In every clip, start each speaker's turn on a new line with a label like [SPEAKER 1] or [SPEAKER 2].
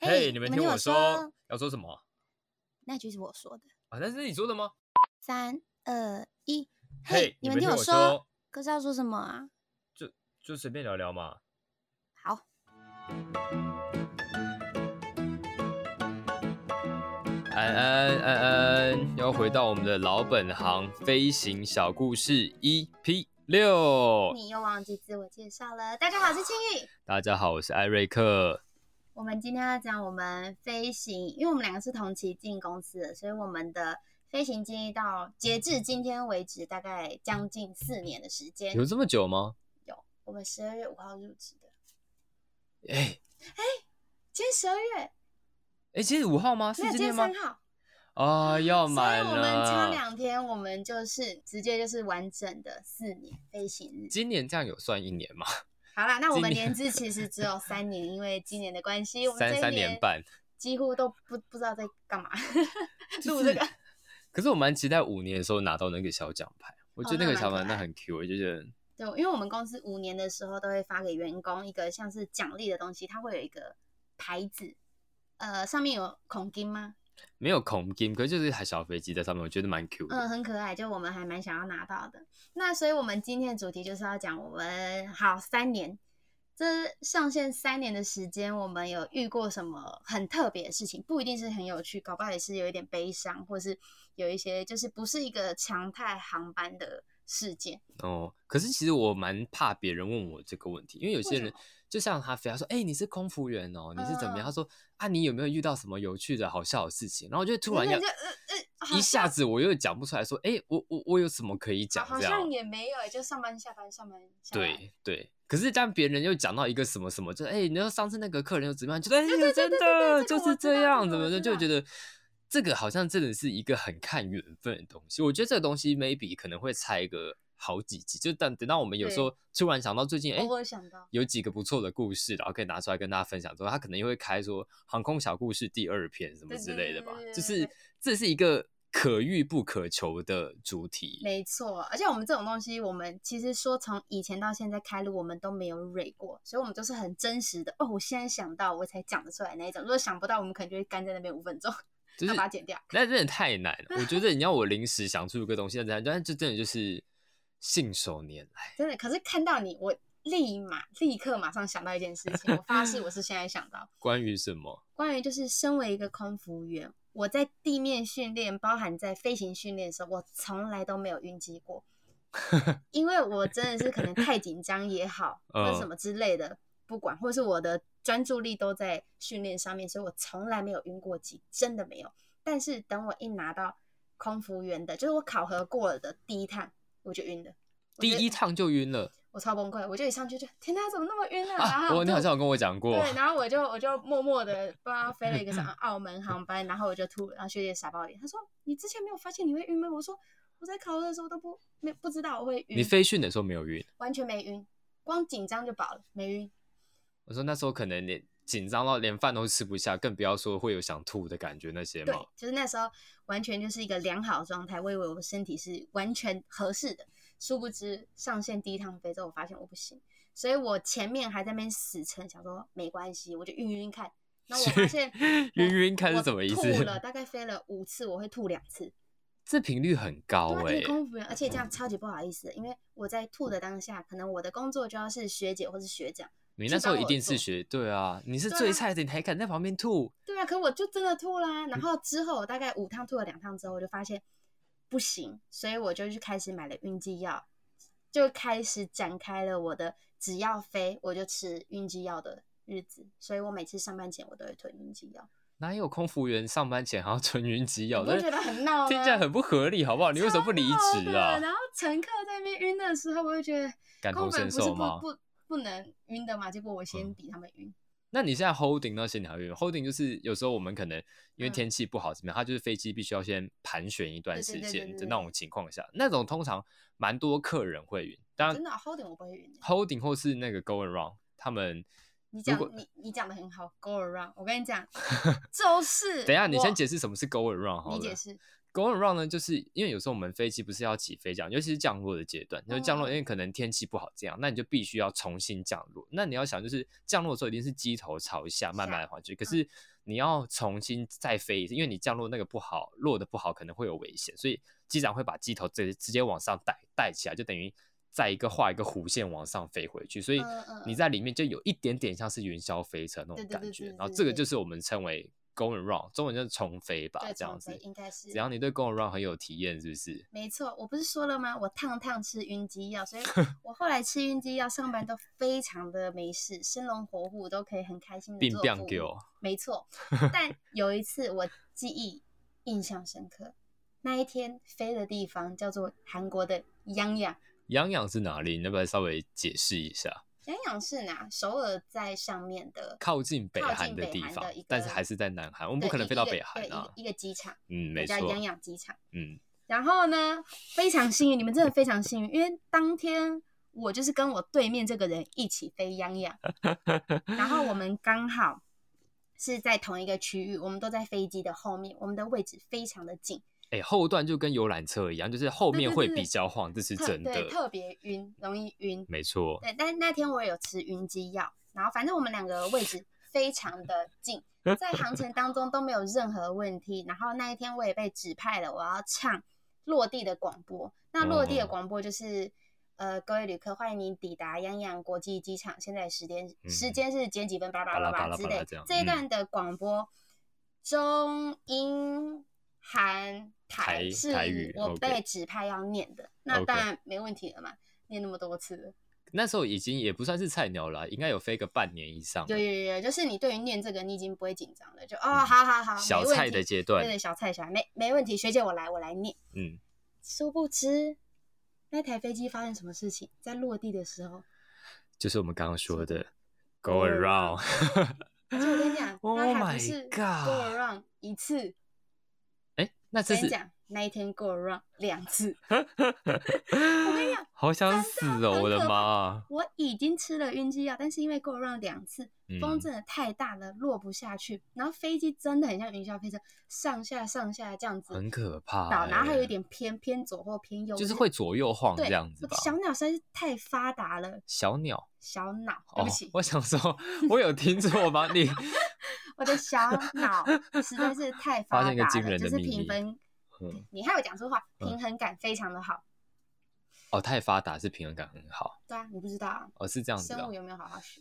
[SPEAKER 1] 嘿，
[SPEAKER 2] 嘿
[SPEAKER 1] 你们
[SPEAKER 2] 你们
[SPEAKER 1] 听
[SPEAKER 2] 听
[SPEAKER 1] 我
[SPEAKER 2] 我
[SPEAKER 1] 说
[SPEAKER 2] 说，
[SPEAKER 1] 要说什么
[SPEAKER 2] 那句是我说的。
[SPEAKER 1] 啊？那是你说的吗？
[SPEAKER 2] 三二一，
[SPEAKER 1] 嘿
[SPEAKER 2] 嘿，
[SPEAKER 1] 你
[SPEAKER 2] 你
[SPEAKER 1] 们
[SPEAKER 2] 们
[SPEAKER 1] 听
[SPEAKER 2] 听我
[SPEAKER 1] 我
[SPEAKER 2] 说
[SPEAKER 1] 说，
[SPEAKER 2] 可是要说什么啊？
[SPEAKER 1] 就随便聊聊嘛。
[SPEAKER 2] 好，
[SPEAKER 1] 安安安安，又回到我们的老本行飞行小故事 EP 六。
[SPEAKER 2] 你又忘记自我介绍了。大家好，我是青玉。
[SPEAKER 1] 大家好，我是艾瑞克。
[SPEAKER 2] 我们今天要讲我们飞行，因为我们两个是同期进公司的，所以我们的飞行经历到截至今天为止，大概将近四年的时间
[SPEAKER 1] 有。这么久吗？
[SPEAKER 2] 有，我们十二月五号入职的，
[SPEAKER 1] 哎、哎、
[SPEAKER 2] 今天十二月
[SPEAKER 1] 今天五号哦吗？是
[SPEAKER 2] 没有，
[SPEAKER 1] 今
[SPEAKER 2] 今
[SPEAKER 1] 天
[SPEAKER 2] 天
[SPEAKER 1] 吗
[SPEAKER 2] 三？号。
[SPEAKER 1] 啊、要满
[SPEAKER 2] 所以我们差
[SPEAKER 1] 了。
[SPEAKER 2] 两天，我们就是直接就是完整的四年飞行日。
[SPEAKER 1] 今年这样有算一年吗？
[SPEAKER 2] 好啦，那我
[SPEAKER 1] 今
[SPEAKER 2] 们
[SPEAKER 1] 年
[SPEAKER 2] 年资其实只有三年，因为今年的关系，哎我们
[SPEAKER 1] 三
[SPEAKER 2] 这一
[SPEAKER 1] 三年半，
[SPEAKER 2] 几乎都不不知道在干嘛。
[SPEAKER 1] 就
[SPEAKER 2] 录
[SPEAKER 1] 是
[SPEAKER 2] 这个。
[SPEAKER 1] 可是我蛮期待五年的时候拿到那个小奖牌，我觉得那
[SPEAKER 2] 哦那
[SPEAKER 1] 个
[SPEAKER 2] 蛮
[SPEAKER 1] 小
[SPEAKER 2] 可
[SPEAKER 1] 奖牌
[SPEAKER 2] 爱
[SPEAKER 1] 很 Q，我就觉得
[SPEAKER 2] 对，因为我们公司五年的时候都会发给员工一个像是奖励的东西，它会有一个牌子，呃，上面有孔金吗？
[SPEAKER 1] 没有恐 game，可是就是还小飞机在上面，我觉得蛮 Q 的。
[SPEAKER 2] 嗯，很可爱，就我们还蛮想要拿到的。那所以我们今天的主题就是要讲我们好三年，这上线三年的时间，我们有遇过什么很特别的事情？不一定是很有趣，搞不好也是有一点悲伤，或是有一些就是不是一个常态航班的事件。
[SPEAKER 1] 哦，可是其实我蛮怕别人问我这个问题，因为有些
[SPEAKER 2] 什
[SPEAKER 1] 人
[SPEAKER 2] 么
[SPEAKER 1] 就像他飞，他说：“哎、你是空服员哦，你是怎么样？”
[SPEAKER 2] 嗯
[SPEAKER 1] 他说：“啊，你有没有遇到什么有趣的、好笑的事情？”然后我就突然
[SPEAKER 2] 那
[SPEAKER 1] 要
[SPEAKER 2] 你就呃呃，好
[SPEAKER 1] 一下子我又讲不出来，说：“哎、我我我有什么可以讲
[SPEAKER 2] 好？”好
[SPEAKER 1] 这样
[SPEAKER 2] 像也没有，欸就上班下班上班下班。
[SPEAKER 1] 对对。可是当别人又讲到一个什么什么，就哎、你说上次那个客人又怎么样？就哎、真的
[SPEAKER 2] 对对这个
[SPEAKER 1] 就
[SPEAKER 2] 我
[SPEAKER 1] 是
[SPEAKER 2] 知道
[SPEAKER 1] 这
[SPEAKER 2] 这
[SPEAKER 1] 样，
[SPEAKER 2] 个
[SPEAKER 1] 怎么
[SPEAKER 2] 我
[SPEAKER 1] 的？
[SPEAKER 2] 知
[SPEAKER 1] 就
[SPEAKER 2] 道
[SPEAKER 1] 觉得这个好像真的是一个很看缘分的东西。我觉得这个东西 maybe 可能会拆个好几集，就等等到我们有时候突然想到最近哎。
[SPEAKER 2] 偶尔想到
[SPEAKER 1] 有几个不错的故事，然后可以拿出来跟大家分享之后，他可能又会开说航空小故事第二篇什么
[SPEAKER 2] 对
[SPEAKER 1] 之
[SPEAKER 2] 对
[SPEAKER 1] 类
[SPEAKER 2] 对
[SPEAKER 1] 的吧
[SPEAKER 2] 对。对
[SPEAKER 1] 就
[SPEAKER 2] 对
[SPEAKER 1] 是这是一个可遇不可求的主题。
[SPEAKER 2] 没错，而且我们这种东西，我们其实说从以前到现在开录，我们都没有蕊过，所以我们都是很真实的。哦，我现在想到我才讲得出来那一种，如果想不到，我们可能就会干在那边五分钟，
[SPEAKER 1] 就是
[SPEAKER 2] 然后把它剪掉。
[SPEAKER 1] 那真的太难了。我觉得你要我临时想出一个东西，那但这真的就是信手拈来。
[SPEAKER 2] 真的，可是看到你，我立马立刻马上想到一件事情，我发誓我是现在想到，
[SPEAKER 1] 关于什么？
[SPEAKER 2] 关于就是身为一个空服员，我在地面训练，包含在飞行训练的时候，我从来都没有晕机 过，因为我真的是可能太紧张 也好，
[SPEAKER 1] 嗯
[SPEAKER 2] 或者什么之类的，不管，或是我的专注力都在训练上面，所以我从来没有晕过机，真的没有。但是等我一拿到空服员的，就是我考核过了的第一趟，我就晕了。我
[SPEAKER 1] 第
[SPEAKER 2] 觉得
[SPEAKER 1] 一趟就晕了
[SPEAKER 2] 我超崩溃，我就一上去就天哪，怎么那么晕啊？然
[SPEAKER 1] 啊！
[SPEAKER 2] 后
[SPEAKER 1] 我你
[SPEAKER 2] 就
[SPEAKER 1] 好像有跟我讲过，
[SPEAKER 2] 对，然后我就我就默默的不知道飞了一个什么澳门航班，然后我就吐了，然后学姐傻爆眼，她说你之前没有发现你会晕吗？我说我在考核的时候都不没不知道我会晕，
[SPEAKER 1] 你飞训的时候没有晕。
[SPEAKER 2] 完全没晕，光紧张就饱了，没晕。
[SPEAKER 1] 我说那时候可能连紧张到连饭都吃不下，更不要说会有想吐的感觉那些
[SPEAKER 2] 对
[SPEAKER 1] 嘛。，
[SPEAKER 2] 就是那时候完全就是一个良好的状态，我以为我身体是完全合适的，殊不知上线第一趟飞之后，我发现我不行，所以我前面还在那边死撑，想说没关系，我就晕晕看。然后我发现
[SPEAKER 1] 晕
[SPEAKER 2] 我
[SPEAKER 1] 晕看是
[SPEAKER 2] 我
[SPEAKER 1] 什么意思
[SPEAKER 2] 吐了大概飞了五次，我会吐两次。
[SPEAKER 1] 这频率很高哎、
[SPEAKER 2] 对啊，一个空服员，而且这样超级不好意思的，因为我在吐的当下，可能我的工作就要是学姐或是学长。
[SPEAKER 1] 你
[SPEAKER 2] 去
[SPEAKER 1] 那时候
[SPEAKER 2] 帮
[SPEAKER 1] 一
[SPEAKER 2] 我
[SPEAKER 1] 定是
[SPEAKER 2] 做
[SPEAKER 1] 学对啊，你是
[SPEAKER 2] 对
[SPEAKER 1] 最
[SPEAKER 2] 啊
[SPEAKER 1] 菜的，你还敢在旁边吐？
[SPEAKER 2] 对啊，可我就真的吐啦。然后之后我大概五趟吐了两趟之后，我就发现不行，所以我就去开始买了晕机药，就开始展开了我的只要飞我就吃晕机药的日子。所以我每次上班前我都会吞晕机药，
[SPEAKER 1] 哪有空服员上班前还要 吞晕机药？
[SPEAKER 2] 你不
[SPEAKER 1] 但
[SPEAKER 2] 觉得很闹吗？
[SPEAKER 1] 听起来很不合理，好不好？啊你为什么不离
[SPEAKER 2] 超
[SPEAKER 1] 职
[SPEAKER 2] 闹
[SPEAKER 1] 啊
[SPEAKER 2] 的？然后乘客在那边晕的时候，我就觉得
[SPEAKER 1] 感同
[SPEAKER 2] 根本
[SPEAKER 1] 身
[SPEAKER 2] 不是
[SPEAKER 1] 受
[SPEAKER 2] 不
[SPEAKER 1] 吗？
[SPEAKER 2] 不不能晕的嘛，结果我
[SPEAKER 1] 嗯
[SPEAKER 2] 先比他们晕。
[SPEAKER 1] 那你现在 holding 那些你还会 holding 就是有时候我们可能因为
[SPEAKER 2] 嗯
[SPEAKER 1] 天气不好怎么样，它就是飞机必须要先盘旋一段
[SPEAKER 2] 对
[SPEAKER 1] 时
[SPEAKER 2] 对对对
[SPEAKER 1] 间
[SPEAKER 2] 对
[SPEAKER 1] 的
[SPEAKER 2] 对
[SPEAKER 1] 那种情况下，那种通常蛮多客人会晕，当
[SPEAKER 2] 真
[SPEAKER 1] 然
[SPEAKER 2] 的 holding 我不会晕的。
[SPEAKER 1] holding 或是那个 go around 他们
[SPEAKER 2] 你
[SPEAKER 1] 如
[SPEAKER 2] 讲
[SPEAKER 1] 果
[SPEAKER 2] 你你讲的很好 ，go around。我跟你讲，就是
[SPEAKER 1] 等一下你
[SPEAKER 2] 我
[SPEAKER 1] 先解释什么是 go around 好
[SPEAKER 2] 你
[SPEAKER 1] 了
[SPEAKER 2] 解释
[SPEAKER 1] Go and run 呢，就是因为有时候我们飞机不是要起飞降，尤其是降落的阶段，就是降落，
[SPEAKER 2] 嗯
[SPEAKER 1] 因为可能天气不好这样，那你就必须要重新降落。那你要想，就是降落的时候一定是机头朝下，慢慢地滑
[SPEAKER 2] 嗯
[SPEAKER 1] 去，可是你要重新再飞一次，因为你降落那个不好，落的不好可能会有危险，所以机长会把机头直直接往上带带起来，就等于在一个画一个弧线往上飞回去，所以
[SPEAKER 2] 嗯嗯
[SPEAKER 1] 你在里面就有一点点像是云霄飞车那
[SPEAKER 2] 对
[SPEAKER 1] 种
[SPEAKER 2] 对
[SPEAKER 1] 感
[SPEAKER 2] 对
[SPEAKER 1] 觉
[SPEAKER 2] 对。
[SPEAKER 1] 然后
[SPEAKER 2] 对
[SPEAKER 1] 这个
[SPEAKER 2] 对
[SPEAKER 1] 就是我们称为 Go and run，中文就是重飞吧
[SPEAKER 2] 对，，
[SPEAKER 1] 这样
[SPEAKER 2] 重飞
[SPEAKER 1] 子。
[SPEAKER 2] 应该是
[SPEAKER 1] 只要你对 Go Run 很有体验，是不是？
[SPEAKER 2] 没错，我不是说了吗？我趟趟吃晕机 药，所以我后来吃晕机药，上班都非常的没事，生龙活虎，都可以很开心的
[SPEAKER 1] 并
[SPEAKER 2] 做
[SPEAKER 1] 变
[SPEAKER 2] 服务
[SPEAKER 1] 给我
[SPEAKER 2] 没错，但有一次我记忆印象深刻，那一天飞的地方叫做韩国的泱泱。
[SPEAKER 1] 养养是哪里？你要不要稍微解释一下？
[SPEAKER 2] 泱泱是哪？首尔在上面的，
[SPEAKER 1] 靠近北
[SPEAKER 2] 靠近
[SPEAKER 1] 韩的
[SPEAKER 2] 北
[SPEAKER 1] 地
[SPEAKER 2] 韩的
[SPEAKER 1] 方
[SPEAKER 2] 一，
[SPEAKER 1] 但是
[SPEAKER 2] 个
[SPEAKER 1] 还是在南韩，我
[SPEAKER 2] 我
[SPEAKER 1] 们不可能飞到北韩啊。
[SPEAKER 2] 一个机场，
[SPEAKER 1] 嗯，没
[SPEAKER 2] 叫
[SPEAKER 1] 错。
[SPEAKER 2] 泱泱机场。
[SPEAKER 1] 嗯，
[SPEAKER 2] 然后呢，非常幸运，你们真的非常幸运，因为当天我就是跟我对面这个人一起飞泱泱， 然后我们刚好是在同一个区域，我们都在飞机的后面，我们的位置非常的近，
[SPEAKER 1] 哎、后段就跟游览车一样，就是后
[SPEAKER 2] 对
[SPEAKER 1] 面
[SPEAKER 2] 对
[SPEAKER 1] 会
[SPEAKER 2] 对
[SPEAKER 1] 比
[SPEAKER 2] 对
[SPEAKER 1] 较晃，这是
[SPEAKER 2] 特
[SPEAKER 1] 真
[SPEAKER 2] 对
[SPEAKER 1] 的。
[SPEAKER 2] 特别晕，容易晕。
[SPEAKER 1] 没错，
[SPEAKER 2] 对，但那天我也有吃晕机药，然后反正我们两个位置非常的近，在航程当中都没有任何问题。然后那一天我也被指派了，我要唱落地的广播。那落地的
[SPEAKER 1] 哦
[SPEAKER 2] 广播就是。呃，各位旅客，欢迎您抵达泱泱国际机场。现在时间时
[SPEAKER 1] 嗯
[SPEAKER 2] 间是几点几分？巴拉
[SPEAKER 1] 巴拉巴
[SPEAKER 2] 巴
[SPEAKER 1] 拉
[SPEAKER 2] 之
[SPEAKER 1] 巴
[SPEAKER 2] 类
[SPEAKER 1] 拉这样。
[SPEAKER 2] 这一
[SPEAKER 1] 嗯
[SPEAKER 2] 段的广播，中英韩台
[SPEAKER 1] 台
[SPEAKER 2] 是
[SPEAKER 1] 台语
[SPEAKER 2] 我
[SPEAKER 1] ，OK
[SPEAKER 2] 被指派要念的，那
[SPEAKER 1] OK
[SPEAKER 2] 当然没问题了嘛，念那么多次了。
[SPEAKER 1] 那时候已经也不算是菜鸟了，应该有飞个半年以上了。
[SPEAKER 2] 有有有有，就是你对于念这个，你已经不会紧张了，就哦，
[SPEAKER 1] 嗯
[SPEAKER 2] 好好好，
[SPEAKER 1] 小
[SPEAKER 2] 没问
[SPEAKER 1] 菜的
[SPEAKER 2] 题
[SPEAKER 1] 阶
[SPEAKER 2] 对
[SPEAKER 1] 段，
[SPEAKER 2] 对，小菜小菜，没没问题，学姐我来，我来念。
[SPEAKER 1] 嗯，
[SPEAKER 2] 殊不知，那台飞机发生什么事情，在落地的时候，
[SPEAKER 1] 就是我们刚刚说的 Go
[SPEAKER 2] Go
[SPEAKER 1] around。
[SPEAKER 2] 而且我跟你讲，
[SPEAKER 1] Oh
[SPEAKER 2] 它还
[SPEAKER 1] my
[SPEAKER 2] 不是
[SPEAKER 1] God
[SPEAKER 2] go around 一次，
[SPEAKER 1] 哎、那这
[SPEAKER 2] 跟 你
[SPEAKER 1] 是
[SPEAKER 2] 讲，那一天 go around 两次，
[SPEAKER 1] 好想死
[SPEAKER 2] 真的
[SPEAKER 1] 哦！
[SPEAKER 2] 很
[SPEAKER 1] 我的
[SPEAKER 2] 可怕
[SPEAKER 1] 妈啊！
[SPEAKER 2] 我已经吃了晕机药，但是因为 go around 两次，风
[SPEAKER 1] 嗯
[SPEAKER 2] 真的太大了，落不下去，然后飞机真的很像云霄飞车，上下上下这样子，
[SPEAKER 1] 很可怕、
[SPEAKER 2] 倒，
[SPEAKER 1] 欸，
[SPEAKER 2] 然后还有一点偏偏左或偏右，
[SPEAKER 1] 就是
[SPEAKER 2] 我
[SPEAKER 1] 会左右晃
[SPEAKER 2] 对
[SPEAKER 1] 这样子
[SPEAKER 2] 我
[SPEAKER 1] 吧。
[SPEAKER 2] 小鸟实在是太发达了，
[SPEAKER 1] 小鸟
[SPEAKER 2] 小脑，对
[SPEAKER 1] 哦
[SPEAKER 2] 不起，，
[SPEAKER 1] 我想说，我有听错吗？你
[SPEAKER 2] 我的小 脑实在是太
[SPEAKER 1] 发
[SPEAKER 2] 发达
[SPEAKER 1] 现一个惊
[SPEAKER 2] 了，
[SPEAKER 1] 人
[SPEAKER 2] 就
[SPEAKER 1] 的
[SPEAKER 2] 是
[SPEAKER 1] 秘
[SPEAKER 2] 平
[SPEAKER 1] 密
[SPEAKER 2] 衡，
[SPEAKER 1] 嗯
[SPEAKER 2] 你还有讲错话，
[SPEAKER 1] 嗯
[SPEAKER 2] 平衡感非常的好。
[SPEAKER 1] 哦，太发达是平衡感很好
[SPEAKER 2] 对啊，你不知道啊，
[SPEAKER 1] 哦，是这样子
[SPEAKER 2] 生
[SPEAKER 1] 哦
[SPEAKER 2] 物，有没有好好学？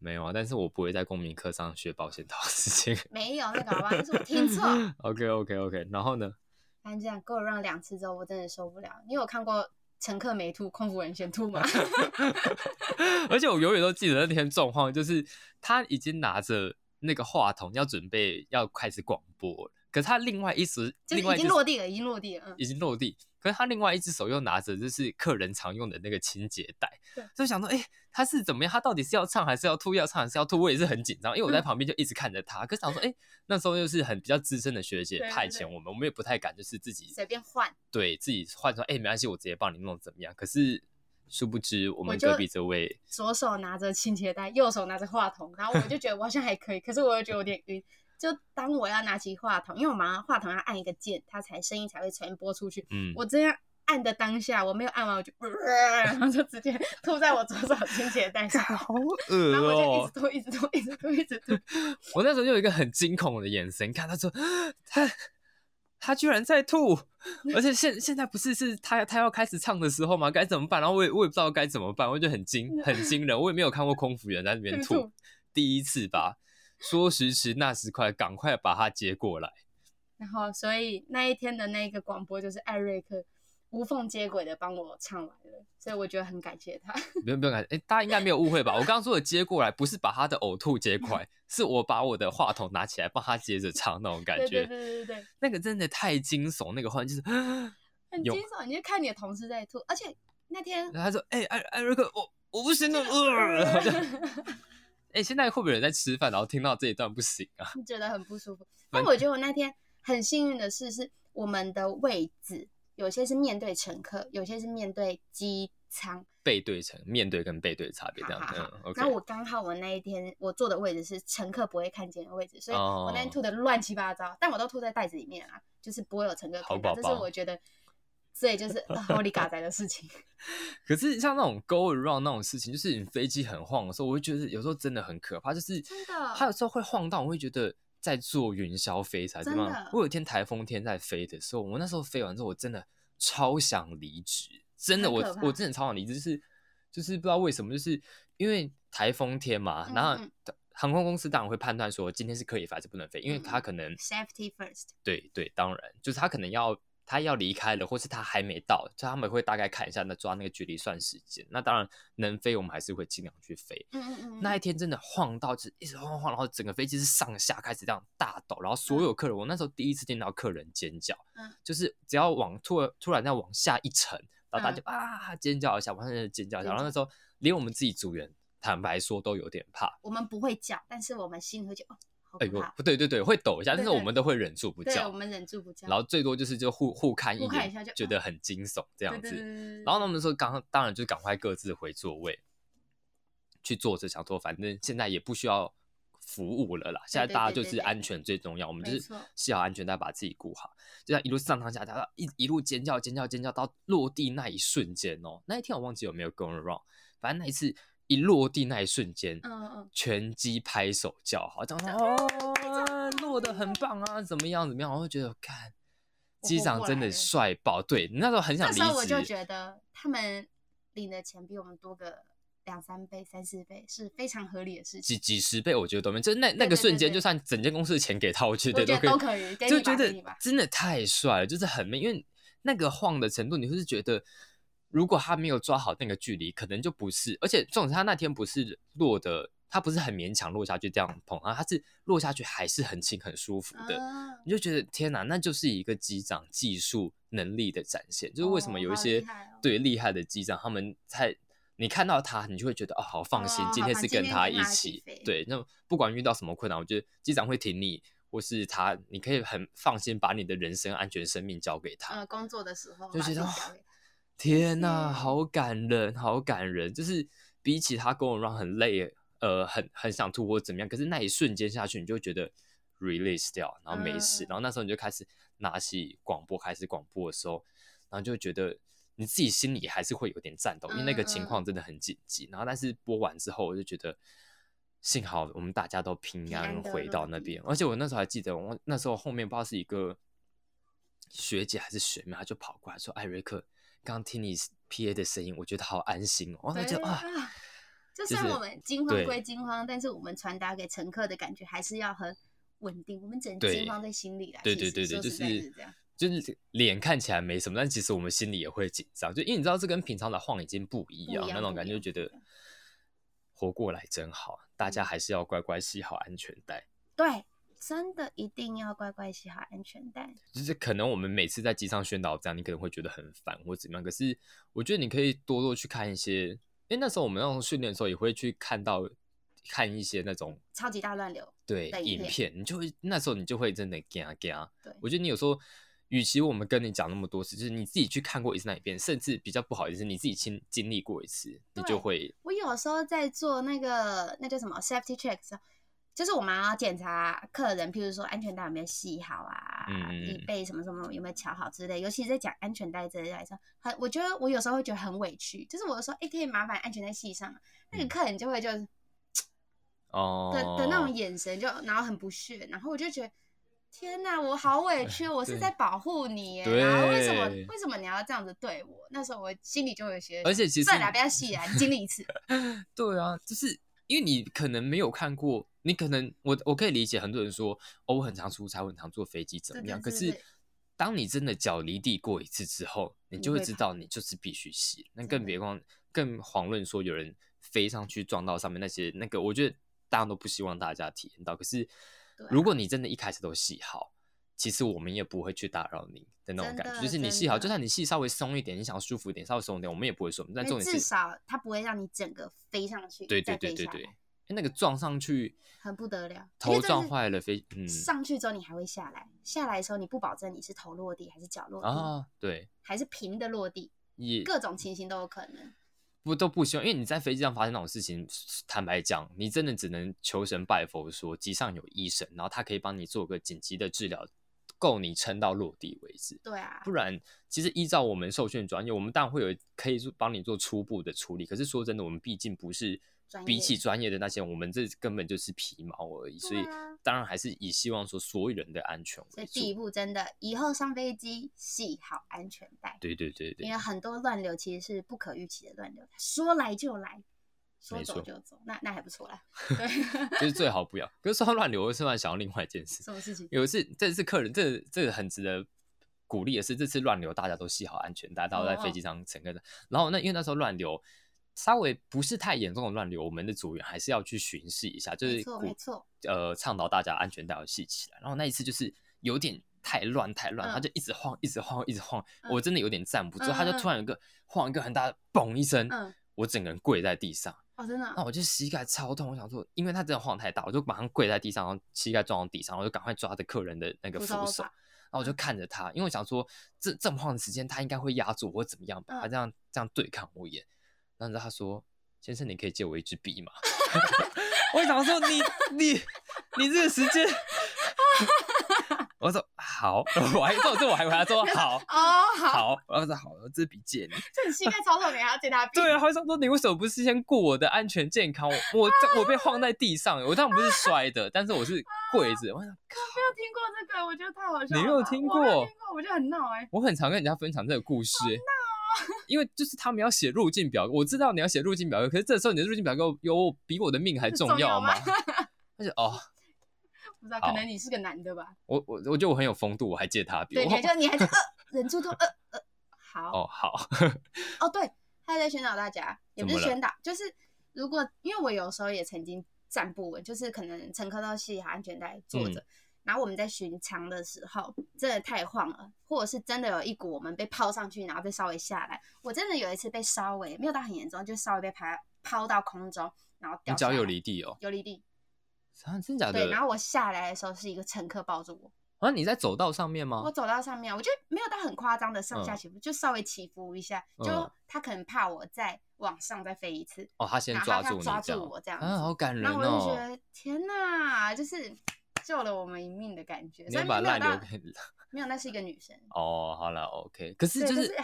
[SPEAKER 1] 没有啊，但是我不会在公民课上学保险套的事情。
[SPEAKER 2] 没有那个好吧，那是我听 错。
[SPEAKER 1] OK OK OK，然后呢？
[SPEAKER 2] 反正这样给我让两次之后，我真的受不了。你有看过乘客没吐，空服人先 吐吗？
[SPEAKER 1] 而且我永远都记得那天状况，就是他已经拿着那个话筒要准备要开始广播了，可是他另外一只，
[SPEAKER 2] 就是
[SPEAKER 1] 另外
[SPEAKER 2] 已
[SPEAKER 1] 一
[SPEAKER 2] 经
[SPEAKER 1] 只
[SPEAKER 2] 落地了，已经落地了，嗯。
[SPEAKER 1] 已经落地，可是他另外一只手又拿着就是客人常用的那个清洁带
[SPEAKER 2] 对，
[SPEAKER 1] 就想说，哎、他是怎么样？他到底是要唱还是要吐？要唱还是要吐？我也是很紧张，因为我在
[SPEAKER 2] 嗯
[SPEAKER 1] 旁边就一直看着他，可是想说，哎、那时候又是很比较资深的学姐
[SPEAKER 2] 对对
[SPEAKER 1] 派
[SPEAKER 2] 对
[SPEAKER 1] 遣我们，我们也不太敢就是自己
[SPEAKER 2] 随便换，
[SPEAKER 1] 对自己换说，哎、没关系，我直接帮你弄怎么样？可是殊不知我
[SPEAKER 2] 我
[SPEAKER 1] 们
[SPEAKER 2] 就
[SPEAKER 1] 隔壁这位
[SPEAKER 2] 左手拿着清洁带，右手拿着话筒，然后我就觉得我好像还可以，可是我又觉得有点晕。就当我要拿起话筒，因为我马上话筒要按一个键，它才声音才会传播出去。
[SPEAKER 1] 嗯，
[SPEAKER 2] 我这样按的当下，我没有按完，我就，然后就 直接吐在我左手清洁带上，
[SPEAKER 1] 好恶
[SPEAKER 2] 然后
[SPEAKER 1] 哦、
[SPEAKER 2] 我就一直吐，一直吐，一直吐，一直吐。
[SPEAKER 1] 我那时候就有一个很惊恐的眼神看他说，他他居然在吐，而且现现在不是是他他要开始唱的时候吗？该怎么办？然后我也我也不知道该怎么办，我就很惊很惊人，我也没有看过空服员在那 边
[SPEAKER 2] 在那
[SPEAKER 1] 吐
[SPEAKER 2] 吐，
[SPEAKER 1] 第一次吧。说时迟，那时快，赶快把他接过来。
[SPEAKER 2] 然后，所以那一天的那个广播就是艾瑞克无缝接轨的帮我唱完了，所以我觉得很感谢他。
[SPEAKER 1] 不用不用感，哎、大家应该没有误会吧？我刚刚说的接过来，不是把他的呕吐接过来，是我把我的话筒拿起来帮他接着唱那种感
[SPEAKER 2] 对对
[SPEAKER 1] 觉。
[SPEAKER 2] 对对对。
[SPEAKER 1] 那个真的太惊悚，那个画面就是。
[SPEAKER 2] 很
[SPEAKER 1] 有
[SPEAKER 2] 惊悚，你就看你的同事在吐，而且那 天
[SPEAKER 1] 然后他说：“哎、艾艾瑞克，我我不行了。呃”然后就，哎、现在会不会有人在吃饭，然后听到这一段不行啊？
[SPEAKER 2] 觉得很不舒服。
[SPEAKER 1] 蛮
[SPEAKER 2] 但我觉得我那天很幸运的事是，我们的位置有些是面对乘客，有些是面对机舱。
[SPEAKER 1] 背对成面对跟背对的差别这样。
[SPEAKER 2] 好好好
[SPEAKER 1] 嗯，OK
[SPEAKER 2] 然后。我刚好我那一天我坐的位置是乘客不会看见的位置，所以
[SPEAKER 1] 哦
[SPEAKER 2] 我那天吐的乱七八糟，但我都吐在袋子里面啊，就是不会有乘客
[SPEAKER 1] 好
[SPEAKER 2] 看到。
[SPEAKER 1] 宝
[SPEAKER 2] 这
[SPEAKER 1] 宝
[SPEAKER 2] 是我觉得，所 以就是呃 holy 嘎仔的事情。
[SPEAKER 1] 可是像那种 go around 那种事情，就是你飞机很晃的时候，我会觉得有时候真的很可怕，就是
[SPEAKER 2] 真的
[SPEAKER 1] 它有时候会晃到，我会觉得在坐云霄飞才怎
[SPEAKER 2] 真
[SPEAKER 1] 么
[SPEAKER 2] 的
[SPEAKER 1] 样。我有一天台风天在飞的时候，我那时候飞完之后，我真的超想离职，真的
[SPEAKER 2] 很
[SPEAKER 1] 我
[SPEAKER 2] 可怕
[SPEAKER 1] 我真的超想离职，就是就是不知道为什么，就是因为台风天嘛，然后
[SPEAKER 2] 嗯嗯
[SPEAKER 1] 航空公司当然会判断说今天是可以飞还是不能飞，因为
[SPEAKER 2] 嗯嗯
[SPEAKER 1] 它可能
[SPEAKER 2] Safety first，
[SPEAKER 1] 对对，当然，就是他可能要他要离开了，或是他还没到，就他们会大概看一下，那抓那个距离算时间。那当然能飞，我们还是会尽量去飞。
[SPEAKER 2] 嗯嗯嗯，
[SPEAKER 1] 那一天真的晃到，就是一直晃晃晃，然后整个飞机是上下开始这样大抖，然后所有客人，我那时候第一次听到客人尖叫，
[SPEAKER 2] 嗯
[SPEAKER 1] 就是只要往突然突然要往下一沉，然后大家就、啊尖叫一下，往下尖叫一下，
[SPEAKER 2] 嗯尖
[SPEAKER 1] 然后那时候连我们自己组员，坦白说都有点怕。
[SPEAKER 2] 我们不会叫，但是我们心里会觉得哦，好
[SPEAKER 1] 哎
[SPEAKER 2] 可
[SPEAKER 1] 呦
[SPEAKER 2] 怕，，
[SPEAKER 1] 不对对对，会抖一下，
[SPEAKER 2] 对
[SPEAKER 1] 但是我
[SPEAKER 2] 对
[SPEAKER 1] 们都会忍住不
[SPEAKER 2] 对
[SPEAKER 1] 叫，
[SPEAKER 2] 我们忍住不叫，
[SPEAKER 1] 然后最多就是就互互看一
[SPEAKER 2] 互看
[SPEAKER 1] 眼，
[SPEAKER 2] 一下就啊
[SPEAKER 1] 觉得很惊悚这
[SPEAKER 2] 这
[SPEAKER 1] 样子。然后呢，我们说刚当然就赶快各自回座位去坐着，想说反正现在也不需要服务了啦，现在
[SPEAKER 2] 对
[SPEAKER 1] 大家
[SPEAKER 2] 对
[SPEAKER 1] 就
[SPEAKER 2] 对
[SPEAKER 1] 是
[SPEAKER 2] 对
[SPEAKER 1] 安全最重要，我们就
[SPEAKER 2] 没
[SPEAKER 1] 是
[SPEAKER 2] 错
[SPEAKER 1] 系好安全带，把自己顾好。就在一路上上下下，一一路尖叫尖叫尖叫到落地那一瞬间哦，那一天我忘记有没有 going wrong，反正那一次一落地那一瞬间，
[SPEAKER 2] 嗯嗯，
[SPEAKER 1] 全机拍手叫好，讲说哦，落的很棒啊，怎么样怎么样，我会觉得看
[SPEAKER 2] 我
[SPEAKER 1] 机
[SPEAKER 2] 活
[SPEAKER 1] 长
[SPEAKER 2] 过
[SPEAKER 1] 真
[SPEAKER 2] 来
[SPEAKER 1] 的
[SPEAKER 2] 了
[SPEAKER 1] 帅爆，对，你那时候很想
[SPEAKER 2] 那
[SPEAKER 1] 离
[SPEAKER 2] 时候我就
[SPEAKER 1] 职，
[SPEAKER 2] 觉得他们领的钱比我们多个两三倍、三四倍是非常合理的事
[SPEAKER 1] 几
[SPEAKER 2] 情，
[SPEAKER 1] 几十倍我觉得都没，就是那那
[SPEAKER 2] 对
[SPEAKER 1] 个
[SPEAKER 2] 对
[SPEAKER 1] 瞬
[SPEAKER 2] 对
[SPEAKER 1] 间，
[SPEAKER 2] 对
[SPEAKER 1] 就算整间公司的钱给他，我觉
[SPEAKER 2] 我
[SPEAKER 1] 得
[SPEAKER 2] 觉得
[SPEAKER 1] 可
[SPEAKER 2] 都
[SPEAKER 1] 以，
[SPEAKER 2] 可以，给
[SPEAKER 1] 就
[SPEAKER 2] 你
[SPEAKER 1] 觉
[SPEAKER 2] 吧，
[SPEAKER 1] 得
[SPEAKER 2] 给你吧，
[SPEAKER 1] 真的太帅了，就是很美，因为那个晃的程度，你就是觉得。如果他没有抓好那个距离，可能就不是。而且重点是他那天不是落的，他不是很勉强落下去这样碰啊，他是落下去还是很轻很舒服的。
[SPEAKER 2] 啊
[SPEAKER 1] 你就觉得天哪，那就是一个机长技术能力的展现，就是为什么
[SPEAKER 2] 哦
[SPEAKER 1] 有一
[SPEAKER 2] 好
[SPEAKER 1] 些、
[SPEAKER 2] 厉害哦
[SPEAKER 1] 对厉害的机长，他们在你看到他，你就会觉得哦，好放心，
[SPEAKER 2] 哦
[SPEAKER 1] 今天
[SPEAKER 2] 好
[SPEAKER 1] 是
[SPEAKER 2] 今
[SPEAKER 1] 跟
[SPEAKER 2] 天
[SPEAKER 1] 他
[SPEAKER 2] 跟
[SPEAKER 1] 一
[SPEAKER 2] 他一起
[SPEAKER 1] 起
[SPEAKER 2] 飞
[SPEAKER 1] 对。那不管遇到什么困难，我觉得机长会挺你，或是他，你可以很放心把你的人身安全、生命交给他，
[SPEAKER 2] 呃，工作的时候
[SPEAKER 1] 就
[SPEAKER 2] 把
[SPEAKER 1] 觉得
[SPEAKER 2] 自己
[SPEAKER 1] 哦
[SPEAKER 2] 交给他
[SPEAKER 1] 天哪，
[SPEAKER 2] 嗯
[SPEAKER 1] 好感人，好感人。就是比起他跟我让很累，呃，很很想吐或怎么样，可是那一瞬间下去，你就会觉得 release 掉，然后没事。
[SPEAKER 2] 嗯嗯
[SPEAKER 1] 然后那时候你就开始拿起广播开始广播的时候，然后就会觉得你自己心里还是会有点颤抖，因为那个
[SPEAKER 2] 嗯
[SPEAKER 1] 情况真的很紧急。然后但是播完之后，我就觉得。幸好我们大家都平
[SPEAKER 2] 平安
[SPEAKER 1] 安
[SPEAKER 2] 地
[SPEAKER 1] 回
[SPEAKER 2] 落
[SPEAKER 1] 到那
[SPEAKER 2] 地
[SPEAKER 1] 边，而且我那时候还记得，我那时候后面不知道是一个学姐还是学妹，她就跑过来说：“艾瑞克，刚刚听你 PA 的声音，我觉得好安心哦。”我就觉
[SPEAKER 2] 对
[SPEAKER 1] 得啊，
[SPEAKER 2] 啊就
[SPEAKER 1] 就
[SPEAKER 2] 算
[SPEAKER 1] 是
[SPEAKER 2] 我们惊慌
[SPEAKER 1] 对
[SPEAKER 2] 归惊慌，但是我们传达给乘客的感觉还是要很稳定，我们只能
[SPEAKER 1] 对
[SPEAKER 2] 惊慌在心里来。
[SPEAKER 1] 对
[SPEAKER 2] 其
[SPEAKER 1] 对
[SPEAKER 2] 实
[SPEAKER 1] 对对，
[SPEAKER 2] 说
[SPEAKER 1] 就
[SPEAKER 2] 实在
[SPEAKER 1] 是
[SPEAKER 2] 这样。
[SPEAKER 1] 就是脸看起来没什么，但其实我们心里也会紧张，就因为你知道这跟平常的晃已经不一
[SPEAKER 2] 不一
[SPEAKER 1] 样，
[SPEAKER 2] 样
[SPEAKER 1] 那种
[SPEAKER 2] 不
[SPEAKER 1] 感
[SPEAKER 2] 一
[SPEAKER 1] 觉就
[SPEAKER 2] 样
[SPEAKER 1] 觉
[SPEAKER 2] 不一
[SPEAKER 1] 得
[SPEAKER 2] 样
[SPEAKER 1] 活过来真好，大家
[SPEAKER 2] 嗯
[SPEAKER 1] 还是要乖乖系好安全带。
[SPEAKER 2] 对，真的一定要乖乖系好安全带。
[SPEAKER 1] 就是可能我们每次在机上宣导这样，你可能会觉得很烦或怎么样。可是我觉得你可以多多去看一些，因为那时候我们那种训练的时候也会去看到看一些那种
[SPEAKER 2] 超级大乱流，
[SPEAKER 1] 对
[SPEAKER 2] 的影
[SPEAKER 1] 影
[SPEAKER 2] 片
[SPEAKER 1] 片，你就会那时候你就会真的嘎嘎。
[SPEAKER 2] 对
[SPEAKER 1] 啊我觉得你有时候，与其我们跟你讲那么多次，就是你自己去看过一次那一遍，甚至比较不好意思，你自己亲经历过一次，你就
[SPEAKER 2] 对
[SPEAKER 1] 会
[SPEAKER 2] 我有时候在做那个那叫什么 safety check 的时候，就是我们要检查客人，譬如说安全带有没有系好啊，
[SPEAKER 1] 嗯
[SPEAKER 2] 椅背什么什么有没有调好之类。尤其在讲安全带这一类的时候，很我觉得我有时候会觉得很委屈，就是我说哎、诶可以麻烦安全带系上吗，啊那个
[SPEAKER 1] 嗯
[SPEAKER 2] 客人就会就是
[SPEAKER 1] 哦
[SPEAKER 2] 的的那种眼神就，然后很不屑，然后我就觉得。天呐，我 好委屈，我是
[SPEAKER 1] 对
[SPEAKER 2] 在保护你耶，然后为什么
[SPEAKER 1] 对
[SPEAKER 2] 为什么你要这样子对我？那时候我心里就有一些，
[SPEAKER 1] 而且其实
[SPEAKER 2] 算了，不要细啊，你经历一次，
[SPEAKER 1] 对啊，就是因为你可能没有看过，你可能我我可以理解很多人说，哦，我很常出差，我很常坐飞机怎么
[SPEAKER 2] 对对
[SPEAKER 1] 样。
[SPEAKER 2] 对
[SPEAKER 1] 可是
[SPEAKER 2] 对
[SPEAKER 1] 当你真的脚离地过一次之后，你
[SPEAKER 2] 你
[SPEAKER 1] 就会
[SPEAKER 2] 会
[SPEAKER 1] 知
[SPEAKER 2] 怕
[SPEAKER 1] 道你就是必须洗，那
[SPEAKER 2] 真
[SPEAKER 1] 更
[SPEAKER 2] 的
[SPEAKER 1] 别光更遑论说有人飞上去撞到上面那些那个，我觉得大家都不希望大家体验到。可是
[SPEAKER 2] 对
[SPEAKER 1] 如
[SPEAKER 2] 啊
[SPEAKER 1] 果你真的一开始都洗好。其实我们也不会去打扰你的那种
[SPEAKER 2] 真
[SPEAKER 1] 感觉，
[SPEAKER 2] 的
[SPEAKER 1] 就是你
[SPEAKER 2] 真
[SPEAKER 1] 系好，
[SPEAKER 2] 的
[SPEAKER 1] 就算你系稍微松一点，你想舒服一点，稍微松一点，我们也不会说。但
[SPEAKER 2] 因
[SPEAKER 1] 重
[SPEAKER 2] 为
[SPEAKER 1] 点
[SPEAKER 2] 至
[SPEAKER 1] 是，
[SPEAKER 2] 少它不会让你整个飞上去，
[SPEAKER 1] 对对
[SPEAKER 2] 再
[SPEAKER 1] 对
[SPEAKER 2] 飞
[SPEAKER 1] 对
[SPEAKER 2] 下哦
[SPEAKER 1] 对
[SPEAKER 2] 来，，
[SPEAKER 1] 那个撞上去
[SPEAKER 2] 很不得了。因为
[SPEAKER 1] 头
[SPEAKER 2] 真的
[SPEAKER 1] 撞
[SPEAKER 2] 是
[SPEAKER 1] 坏了飞，嗯
[SPEAKER 2] 上去之后你还会下来，下来的时候你不保证你嗯是头落地还是脚落地，
[SPEAKER 1] 啊，对，
[SPEAKER 2] 还是平的落地，
[SPEAKER 1] 也
[SPEAKER 2] 各种情形都有可能。
[SPEAKER 1] 不都不希望，因为你在飞机上发生那种事情，坦白讲，你真的只能求神拜佛说，机上有医生，然后他可以帮你做个紧急的治疗，够你撑到落地为止。
[SPEAKER 2] 对啊
[SPEAKER 1] 不，然，其实依照我们受训专业，我们当然会有可以做帮你做初步的处理。可是说真的，我们毕竟不是
[SPEAKER 2] 专
[SPEAKER 1] 比
[SPEAKER 2] 业
[SPEAKER 1] 起专业的那些，我们这根本就是皮毛而已。所以
[SPEAKER 2] 对啊，
[SPEAKER 1] 当然还是以希望说所有人的安全
[SPEAKER 2] 所
[SPEAKER 1] 为
[SPEAKER 2] 以第一
[SPEAKER 1] 主。
[SPEAKER 2] 步真的，以后上飞机系好安全带，
[SPEAKER 1] 对对对对
[SPEAKER 2] 因为，很多乱流其实是不可预期的乱流，说来就来，说
[SPEAKER 1] 没
[SPEAKER 2] 走
[SPEAKER 1] 错
[SPEAKER 2] 就走，那那还不错 啦。对，
[SPEAKER 1] 就是最好不要。可是说到乱流，我突然想到另外一件事。
[SPEAKER 2] 什么事情？
[SPEAKER 1] 有一次，这次客人，这这个很值得鼓励的是，这次乱流大家都系好安全带，大家都在
[SPEAKER 2] 哦
[SPEAKER 1] 飞机上整个的。然后那因为那时候乱流稍微不是太严重的乱流，我们的组员还是要去巡视一下，就
[SPEAKER 2] 没
[SPEAKER 1] 是
[SPEAKER 2] 错
[SPEAKER 1] 鼓
[SPEAKER 2] 没错
[SPEAKER 1] 呃倡导大家安全带要系起来。然后那一次就是有点。太乱太乱，
[SPEAKER 2] 嗯
[SPEAKER 1] 他就一直晃，一直晃，一直晃，
[SPEAKER 2] 嗯
[SPEAKER 1] 我真的有点站不住。
[SPEAKER 2] 嗯
[SPEAKER 1] 他就
[SPEAKER 2] 嗯
[SPEAKER 1] 突然有一个晃一个很大的嘣一声，
[SPEAKER 2] 嗯，
[SPEAKER 1] 我整个人跪在地上。
[SPEAKER 2] 哦，真的哦，
[SPEAKER 1] 那我就膝盖超痛，我想说，因为他真的晃太大，我就马上跪在地上，然后膝盖撞到地上，我就赶快抓着客人的那个
[SPEAKER 2] 扶
[SPEAKER 1] 扶
[SPEAKER 2] 手
[SPEAKER 1] 手，
[SPEAKER 2] 把嗯
[SPEAKER 1] 然后我就看着他，因为我想说，这这么晃的时间，他应该会压住我或怎么样吧？他
[SPEAKER 2] 嗯
[SPEAKER 1] 这样这样对抗我耶。然后你知道他说：“先生，你可以借我一支笔吗？” 我想说你你你这个时 间，我说好， 我还这这我还回答说好。
[SPEAKER 2] 哦，好，
[SPEAKER 1] 好，然后说好，这支笔借你。
[SPEAKER 2] 这你膝盖超痛，你还要 借他笔？
[SPEAKER 1] 对啊，他想说你为什么不是先顾我的安全健康？我我我 被晃在地上，我当然不是摔的，但是我是跪着。我想
[SPEAKER 2] 没有听过这个，我觉得太好笑了吧。
[SPEAKER 1] 你没有听
[SPEAKER 2] 我没有
[SPEAKER 1] 过
[SPEAKER 2] 听过，我就很闹哎。
[SPEAKER 1] 我很常跟人家分享这个故事、欸，因为就是他们要写入境表格，我知道你要写入境表格，可是这时候你的入境表格有比我的命还重要吗
[SPEAKER 2] 重？
[SPEAKER 1] 而且哦，
[SPEAKER 2] 不知道，可
[SPEAKER 1] 好
[SPEAKER 2] 能你是个男的吧？
[SPEAKER 1] 我我我觉得我很有风度，我还借他笔。
[SPEAKER 2] 对，
[SPEAKER 1] 我
[SPEAKER 2] 你还就 你还在呃忍住痛呃呃，好
[SPEAKER 1] 哦好，
[SPEAKER 2] 哦，对，他在宣导大家，也不
[SPEAKER 1] 怎
[SPEAKER 2] 是
[SPEAKER 1] 么了
[SPEAKER 2] 宣导，就是如果因为我有时候也曾经站不稳，就是可能乘客都系好安全带坐
[SPEAKER 1] 嗯
[SPEAKER 2] 着，然后我们在巡舱的时候真的太晃了，或者是真的有一股我们被抛上去，然后再稍微下来，我真的有一次被稍微没有到很严重，就稍微被抛抛到空中，然后
[SPEAKER 1] 你
[SPEAKER 2] 掉
[SPEAKER 1] 脚
[SPEAKER 2] 下
[SPEAKER 1] 有
[SPEAKER 2] 来
[SPEAKER 1] 离地哦，
[SPEAKER 2] 有离地，
[SPEAKER 1] 啊真假的
[SPEAKER 2] 对，？然后我下来的时候是一个乘客抱住我。
[SPEAKER 1] 啊你在走道上面
[SPEAKER 2] 我
[SPEAKER 1] 吗？
[SPEAKER 2] 走到上面，啊我觉得没有到很夸张的上下
[SPEAKER 1] 哦嗯
[SPEAKER 2] 起伏，就稍微起伏一下。就
[SPEAKER 1] 嗯
[SPEAKER 2] 他可能怕我再往上再飞一次，
[SPEAKER 1] 哦，他先
[SPEAKER 2] 然后
[SPEAKER 1] 抓
[SPEAKER 2] 他
[SPEAKER 1] 住你
[SPEAKER 2] 抓
[SPEAKER 1] 这
[SPEAKER 2] 住
[SPEAKER 1] 样，
[SPEAKER 2] 我这样子。
[SPEAKER 1] 啊好感人
[SPEAKER 2] 然后我就觉
[SPEAKER 1] 哦。
[SPEAKER 2] 得天哪，就是救了我们一命的感觉。
[SPEAKER 1] 你
[SPEAKER 2] 虽
[SPEAKER 1] 要
[SPEAKER 2] 然
[SPEAKER 1] 把
[SPEAKER 2] 没有
[SPEAKER 1] 烂留
[SPEAKER 2] 到
[SPEAKER 1] 给
[SPEAKER 2] 没有，那是一个女生。
[SPEAKER 1] 哦，好了，OK。可是
[SPEAKER 2] 对
[SPEAKER 1] 就
[SPEAKER 2] 就是 是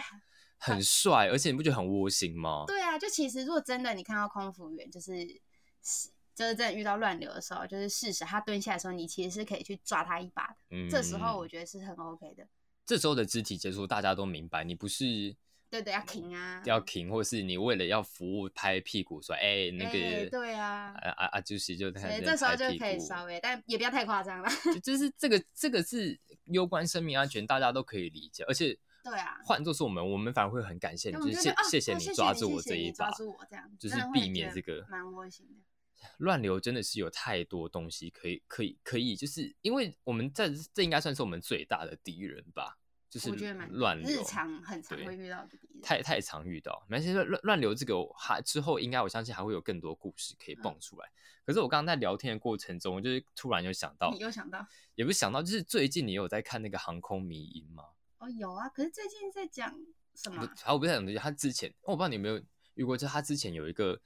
[SPEAKER 1] 很帅，而且你不觉得很窝心吗？
[SPEAKER 2] 对啊，就其实如果真的你看到空服员，就是就是真的遇到乱流的时候，就是事实他蹲下来的时候，你其实是可以去抓他一把的。
[SPEAKER 1] 嗯，
[SPEAKER 2] 这时候我觉得是很 OK 的。
[SPEAKER 1] 这时候的肢体接触，大家都明白，你不是
[SPEAKER 2] 对对，要停啊，
[SPEAKER 1] 要停，或是你为了要服务拍屁股说，哎、那个、
[SPEAKER 2] 哎对啊
[SPEAKER 1] 啊啊啊，就是就
[SPEAKER 2] 所
[SPEAKER 1] 看
[SPEAKER 2] 以
[SPEAKER 1] 人
[SPEAKER 2] 这时候就
[SPEAKER 1] 拍屁
[SPEAKER 2] 可以
[SPEAKER 1] 股
[SPEAKER 2] 稍微，但也不要太夸张了。
[SPEAKER 1] 就就是这个这个是攸关生命安全，大家都可以理解，而且
[SPEAKER 2] 对啊
[SPEAKER 1] 换做是我们，我们反而会很感 谢你，
[SPEAKER 2] 那我
[SPEAKER 1] 就
[SPEAKER 2] 们
[SPEAKER 1] 是
[SPEAKER 2] 就
[SPEAKER 1] 谢、
[SPEAKER 2] 觉得哦
[SPEAKER 1] 谢谢
[SPEAKER 2] 哦
[SPEAKER 1] 你
[SPEAKER 2] 谢
[SPEAKER 1] 抓
[SPEAKER 2] 你
[SPEAKER 1] 住
[SPEAKER 2] 谢
[SPEAKER 1] 我
[SPEAKER 2] 谢
[SPEAKER 1] 这
[SPEAKER 2] 你
[SPEAKER 1] 一
[SPEAKER 2] 抓
[SPEAKER 1] 把，
[SPEAKER 2] 住我这样，
[SPEAKER 1] 就
[SPEAKER 2] 真
[SPEAKER 1] 是
[SPEAKER 2] 的会
[SPEAKER 1] 避
[SPEAKER 2] 觉
[SPEAKER 1] 免这
[SPEAKER 2] 得
[SPEAKER 1] 个
[SPEAKER 2] 蛮窝心的。
[SPEAKER 1] 乱流真的是有太多东西可以可以可以，就是因为我们这这应该算是我们最大的敌人吧，就是
[SPEAKER 2] 我觉得蛮
[SPEAKER 1] 乱流
[SPEAKER 2] 日常很常
[SPEAKER 1] 对
[SPEAKER 2] 会遇到的敌人
[SPEAKER 1] 太太常遇到，没事乱乱乱流这个我还之后应该我相信还会有更多故事
[SPEAKER 2] 嗯
[SPEAKER 1] 可以蹦出来。可是我刚刚在聊天的过程中，我就是突然有想到
[SPEAKER 2] 你，又想到
[SPEAKER 1] 也不是想到，就是最近你有在看那个航空迷音吗？
[SPEAKER 2] 哦，有啊，可是最近在讲什么
[SPEAKER 1] 不
[SPEAKER 2] 啊？，
[SPEAKER 1] 好，我不是很理解。他之前，我不知道你有没有遇过，就是他之前有一个，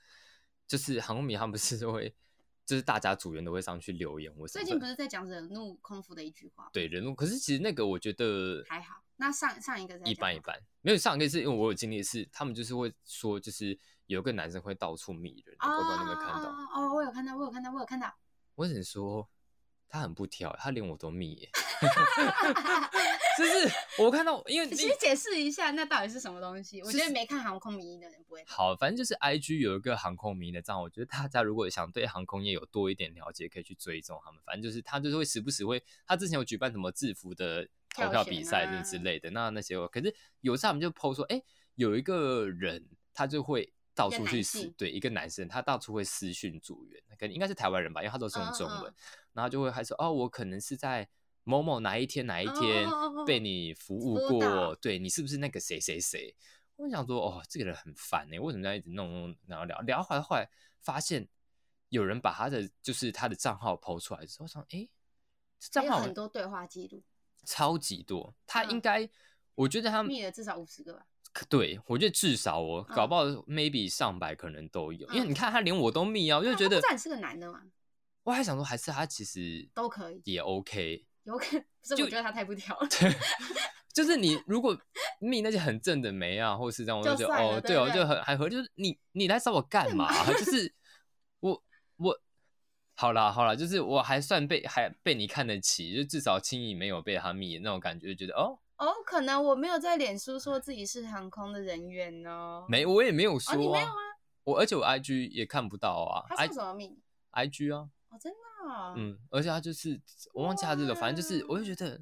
[SPEAKER 1] 就是航空迷他们不是会，就是大家组员都会上去留言，我
[SPEAKER 2] 最近不是在讲惹怒空腹的一句话吗？
[SPEAKER 1] 对人物，可是其实那个我觉得
[SPEAKER 2] 还好。那上上一个在
[SPEAKER 1] 一
[SPEAKER 2] 讲
[SPEAKER 1] 般
[SPEAKER 2] 什
[SPEAKER 1] 一
[SPEAKER 2] 么，
[SPEAKER 1] 般，没有上一个是因为我有经历的是，他们就是会说，就是有个男生会到处迷人，啊我不知道你有没有看到。
[SPEAKER 2] 哦哦，我有看到，我有看到，我有看到。
[SPEAKER 1] 我只能说，他很不挑，他连我都密 耶。就是我看到，因为
[SPEAKER 2] 其
[SPEAKER 1] 那
[SPEAKER 2] 实解释一下，那到底是什么东西？我
[SPEAKER 1] 是
[SPEAKER 2] 觉得没看航空迷的人不会懂。
[SPEAKER 1] 好，反正就是 I G 有一个航空迷的账号，我觉得大家如果想对航空业有多一点了解，可以去追踪他们。反正就是他就是会时不时会，他之前有举办什么制服的投
[SPEAKER 2] 票
[SPEAKER 1] 票
[SPEAKER 2] 选
[SPEAKER 1] 比赛
[SPEAKER 2] 啊
[SPEAKER 1] 这之类的，那那些我可是有时候他们就 PO 说，哎、有一个人他就会。到
[SPEAKER 2] 一个
[SPEAKER 1] 处
[SPEAKER 2] 男
[SPEAKER 1] 去私
[SPEAKER 2] 性
[SPEAKER 1] 对一个男生，他到处会私讯组员，可能应该是台湾人吧，因为他都是用
[SPEAKER 2] 嗯
[SPEAKER 1] 中
[SPEAKER 2] 嗯
[SPEAKER 1] 文，然后就会还说哦，我可能是在某某哪一天哪一天
[SPEAKER 2] 哦哦哦哦
[SPEAKER 1] 被你服务
[SPEAKER 2] 服务到
[SPEAKER 1] 过，对你是不是那个谁谁谁？我就想说，哦，这个人很烦哎、为什么要一直弄弄然后聊聊？后来后来发现有人把他的就是他的账号抛出来之后，我想哎、诶这
[SPEAKER 2] 还
[SPEAKER 1] 账号
[SPEAKER 2] 有很多对话记录，
[SPEAKER 1] 超级多，他
[SPEAKER 2] 嗯
[SPEAKER 1] 应该、我觉得他们
[SPEAKER 2] 密了至少五十个吧。
[SPEAKER 1] 可对，我觉得至少我搞不好
[SPEAKER 2] 嗯
[SPEAKER 1] maybe 上百可能都有，因为你看他连我都密啊，我就
[SPEAKER 2] 那
[SPEAKER 1] 觉
[SPEAKER 2] 嗯他不
[SPEAKER 1] 得
[SPEAKER 2] 知道你是个男的嘛，
[SPEAKER 1] 我还想说还是他其实
[SPEAKER 2] 都可以
[SPEAKER 1] 也 OK，
[SPEAKER 2] 有可 能。是
[SPEAKER 1] 就
[SPEAKER 2] 我觉得他太不 挑了，
[SPEAKER 1] 就是你如果密那些很正的眉啊，或是这样，我
[SPEAKER 2] 就
[SPEAKER 1] 觉得
[SPEAKER 2] 算
[SPEAKER 1] 哦
[SPEAKER 2] 了，
[SPEAKER 1] 对
[SPEAKER 2] 对
[SPEAKER 1] 哦，
[SPEAKER 2] 不对
[SPEAKER 1] 就很还合理。就是你你来找我干嘛？就是我我好啦好啦，就是我还算被还被你看得起，就至少轻易没有被他密那种感觉，就觉得哦，
[SPEAKER 2] 哦，可能我没有在脸书说自己是航空的人员哦。
[SPEAKER 1] 没我也没有说啊
[SPEAKER 2] 哦，你没有吗？
[SPEAKER 1] 我而且我 IG 也看不到啊
[SPEAKER 2] 他
[SPEAKER 1] ，I
[SPEAKER 2] 上什么命？
[SPEAKER 1] IG 啊，
[SPEAKER 2] 哦，真的、哦。
[SPEAKER 1] 嗯，而且他就是我忘记他这个，反正就是我就觉
[SPEAKER 2] 哇
[SPEAKER 1] 得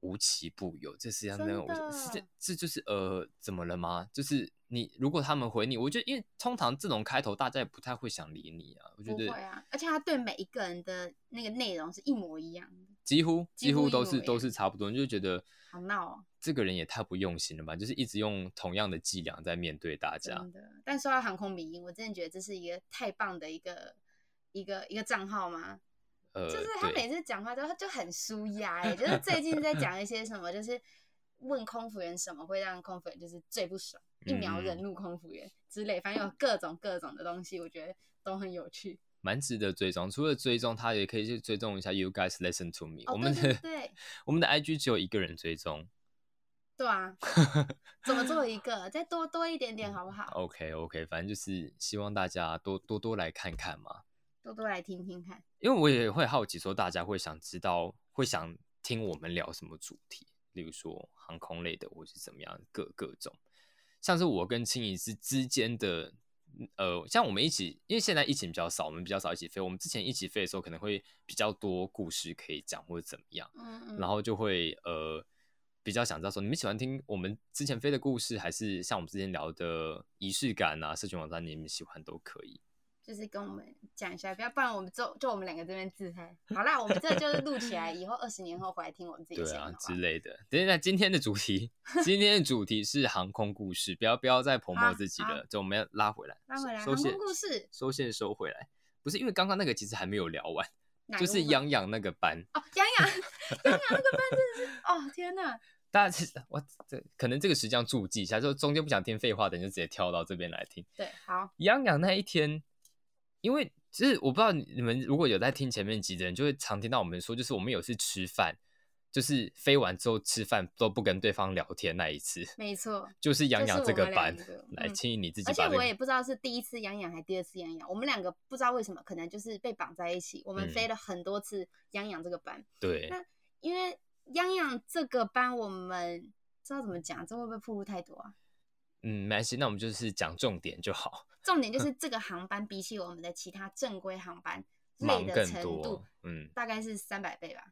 [SPEAKER 1] 无奇不有，这世界上真
[SPEAKER 2] 真
[SPEAKER 1] 的无奇是这
[SPEAKER 2] 的
[SPEAKER 1] 这就是呃怎么了吗？就是你如果他们回你，我觉得因为通常这种开头大家也不太会想理你啊，我觉
[SPEAKER 2] 不会
[SPEAKER 1] 得
[SPEAKER 2] 啊，而且他对每一个人的那个内容是一模一样的，
[SPEAKER 1] 几乎
[SPEAKER 2] 几
[SPEAKER 1] 几乎
[SPEAKER 2] 乎一
[SPEAKER 1] 都
[SPEAKER 2] 模
[SPEAKER 1] 是
[SPEAKER 2] 一
[SPEAKER 1] 都
[SPEAKER 2] 样
[SPEAKER 1] 是差不多，你就觉得
[SPEAKER 2] 好闹哦，
[SPEAKER 1] 这个人也太不用心了吧，就是一直用同样的伎俩在面对大家。
[SPEAKER 2] 真的。但说到航空迷因，我真的觉得这是一个太棒的一个一个一个账号吗？
[SPEAKER 1] 呃，
[SPEAKER 2] 就是他
[SPEAKER 1] 对
[SPEAKER 2] 每次讲话都他就很舒压哎，就是最近在讲一些什么，就是问空服员什么会让空服员就是最不爽，一秒
[SPEAKER 1] 嗯
[SPEAKER 2] 忍怒空服员之类，反正有各种各种的东西，我觉得都很有趣。
[SPEAKER 1] 蛮值得追踪，除了追踪他，也可以去追踪一下 You guys listen to me、
[SPEAKER 2] 哦
[SPEAKER 1] 我们的
[SPEAKER 2] 对对对
[SPEAKER 1] 我们的 IG 只有一个人追踪，
[SPEAKER 2] 对啊，怎么做一个，再多多一点点好不好？
[SPEAKER 1] OK OK，反正就是希望大家多多多来看看嘛，
[SPEAKER 2] 多多来听听看。
[SPEAKER 1] 因为我也会好奇说大家会想知道，会想听我们聊什么主题，例如说航空类的，或是怎么样各各种，像是我跟青怡之之间的。呃，像我们一起，因为现在疫情比较少，我们比较少一起飞。我们之前一起飞的时候，可能会比较多故事可以讲，或者怎么样。
[SPEAKER 2] 嗯嗯。
[SPEAKER 1] 然后就会呃比较想知道说你们喜欢听我们之前飞的故事，还是像我们之前聊的仪式感啊、社群网站，你们喜欢都可以。
[SPEAKER 2] 就是跟我们讲一下，不要不然我们就就我们两个这边自嗨。好啦，我们这就是录起来，以后二十年后回来听我们自己
[SPEAKER 1] 对
[SPEAKER 2] 声音
[SPEAKER 1] 啊
[SPEAKER 2] 好不
[SPEAKER 1] 之
[SPEAKER 2] 好
[SPEAKER 1] 类的。等一下，今天的主 题，今天的主题是航空故事，不要不要再捧墨
[SPEAKER 2] 好啊
[SPEAKER 1] 自己
[SPEAKER 2] 好
[SPEAKER 1] 了，就我们要拉回来，
[SPEAKER 2] 拉回来
[SPEAKER 1] 收
[SPEAKER 2] 航
[SPEAKER 1] 线
[SPEAKER 2] 空故事，
[SPEAKER 1] 收线收回来。不是因为刚刚那个其实还没有聊完，
[SPEAKER 2] 哪
[SPEAKER 1] 就
[SPEAKER 2] 个
[SPEAKER 1] 是
[SPEAKER 2] 部分
[SPEAKER 1] 杨洋那个班，
[SPEAKER 2] 哦，杨洋 杨洋那个班真的是哦天哪，
[SPEAKER 1] 大家其实我这可能这个时间要注记一下，就中间不想听废话的，你就直接跳到这边来听。
[SPEAKER 2] 对，好，
[SPEAKER 1] 杨洋那一天，因为就是我不知道你们如果有在听前面集的人，就会常听到我们说，就是我们有一次吃饭，就是飞完之后吃饭都不跟对方聊天那一次，
[SPEAKER 2] 没错。
[SPEAKER 1] 就是杨洋这个班
[SPEAKER 2] 就是我们两。个
[SPEAKER 1] 来，
[SPEAKER 2] 嗯
[SPEAKER 1] 青怡你自己
[SPEAKER 2] 而且
[SPEAKER 1] 把这
[SPEAKER 2] 我
[SPEAKER 1] 个
[SPEAKER 2] 也不知道是第一次杨洋还是第二次杨洋，我们两个不知道为什么，可能就是被绑在一起。我们
[SPEAKER 1] 嗯
[SPEAKER 2] 飞了很多次杨洋这个班，
[SPEAKER 1] 对
[SPEAKER 2] 那因为杨洋这个班我们知道怎么讲，这会不会暴露太多啊？
[SPEAKER 1] 嗯，没关系，那我们就是讲重点就好，嗯
[SPEAKER 2] 重点就是这个航班比起我们的其他正规航班累
[SPEAKER 1] 忙
[SPEAKER 2] 的
[SPEAKER 1] 更
[SPEAKER 2] 程度
[SPEAKER 1] 多，，嗯，
[SPEAKER 2] 大概是三百倍吧。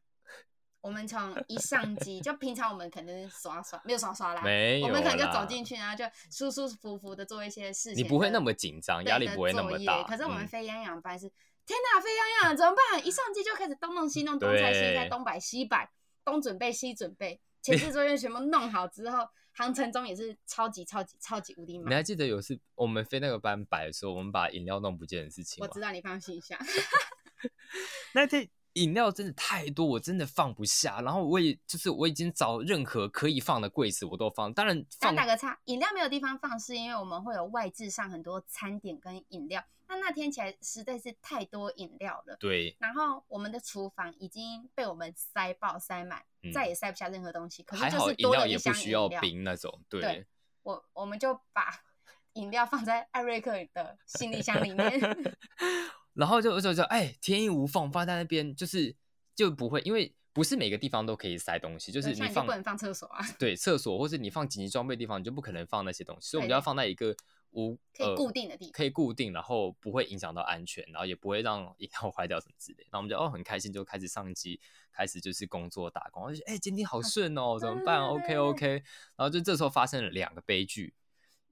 [SPEAKER 2] 我们从一上机，就平常我们可能刷刷没有刷刷啦，
[SPEAKER 1] 没有
[SPEAKER 2] 我们可能就走
[SPEAKER 1] 啦
[SPEAKER 2] 进去，然后就舒舒服服的做一些事情的。
[SPEAKER 1] 你不会那么紧张，
[SPEAKER 2] 对
[SPEAKER 1] 压力
[SPEAKER 2] 的
[SPEAKER 1] 不会那
[SPEAKER 2] 作
[SPEAKER 1] 么
[SPEAKER 2] 业
[SPEAKER 1] 大。
[SPEAKER 2] 可是我们
[SPEAKER 1] 嗯
[SPEAKER 2] 飞鸳鸯班是，天哪，飞鸳鸯怎么办？一上机就开始东弄西弄，东猜西
[SPEAKER 1] 对
[SPEAKER 2] 猜，东摆西摆，东准备西准备，前置作业全部弄好之后，航程中也是超级超级超级无敌
[SPEAKER 1] 你还
[SPEAKER 2] 忙。
[SPEAKER 1] 记得有次我们飞那个班摆的时候，我们把饮料弄不见的事情
[SPEAKER 2] 我
[SPEAKER 1] 吗？
[SPEAKER 2] 知道你放心一下。
[SPEAKER 1] 那天饮料真的太多，我真的放不下。然后我也就是我已经找任何可以放的柜子我都放，当然
[SPEAKER 2] 那
[SPEAKER 1] 放
[SPEAKER 2] 打个叉，饮料没有地方放，是因为我们会有外置上很多餐点跟饮料。那那天起来实在是太多饮料了，
[SPEAKER 1] 对，
[SPEAKER 2] 然后我们的厨房已经被我们塞爆塞满，
[SPEAKER 1] 嗯
[SPEAKER 2] 再也塞不下任何东西。可是
[SPEAKER 1] 还
[SPEAKER 2] 就
[SPEAKER 1] 好
[SPEAKER 2] 是
[SPEAKER 1] 饮
[SPEAKER 2] 多
[SPEAKER 1] 料
[SPEAKER 2] 了一
[SPEAKER 1] 也不
[SPEAKER 2] 箱
[SPEAKER 1] 需
[SPEAKER 2] 饮
[SPEAKER 1] 要
[SPEAKER 2] 料。
[SPEAKER 1] 冰那 种，对，
[SPEAKER 2] 对我我们就把 饮料放在艾瑞克的行李箱里面。
[SPEAKER 1] 然后就就就哎天衣无缝放在那边，就是就不会因为。不是每个地方都可以塞东西， 就是
[SPEAKER 2] 对像
[SPEAKER 1] 你
[SPEAKER 2] 你就
[SPEAKER 1] 放
[SPEAKER 2] 不能放厕所啊，
[SPEAKER 1] 对厕所或是你放紧急装备的地方，你就不可能放那些东西，所以我们
[SPEAKER 2] 对
[SPEAKER 1] 就要
[SPEAKER 2] 对
[SPEAKER 1] 放在一个无
[SPEAKER 2] 可以
[SPEAKER 1] 呃
[SPEAKER 2] 固定的地方
[SPEAKER 1] 可以固定，然后不会影响到安全，然后也不会让饮料坏掉什么之类。那我们就哦很开心，就开始上机，开始就是工作打工。我就觉得哎，今天好顺哦，怎么办
[SPEAKER 2] 对对
[SPEAKER 1] ？OK
[SPEAKER 2] 对
[SPEAKER 1] OK。然后就这时候发生了两个悲剧，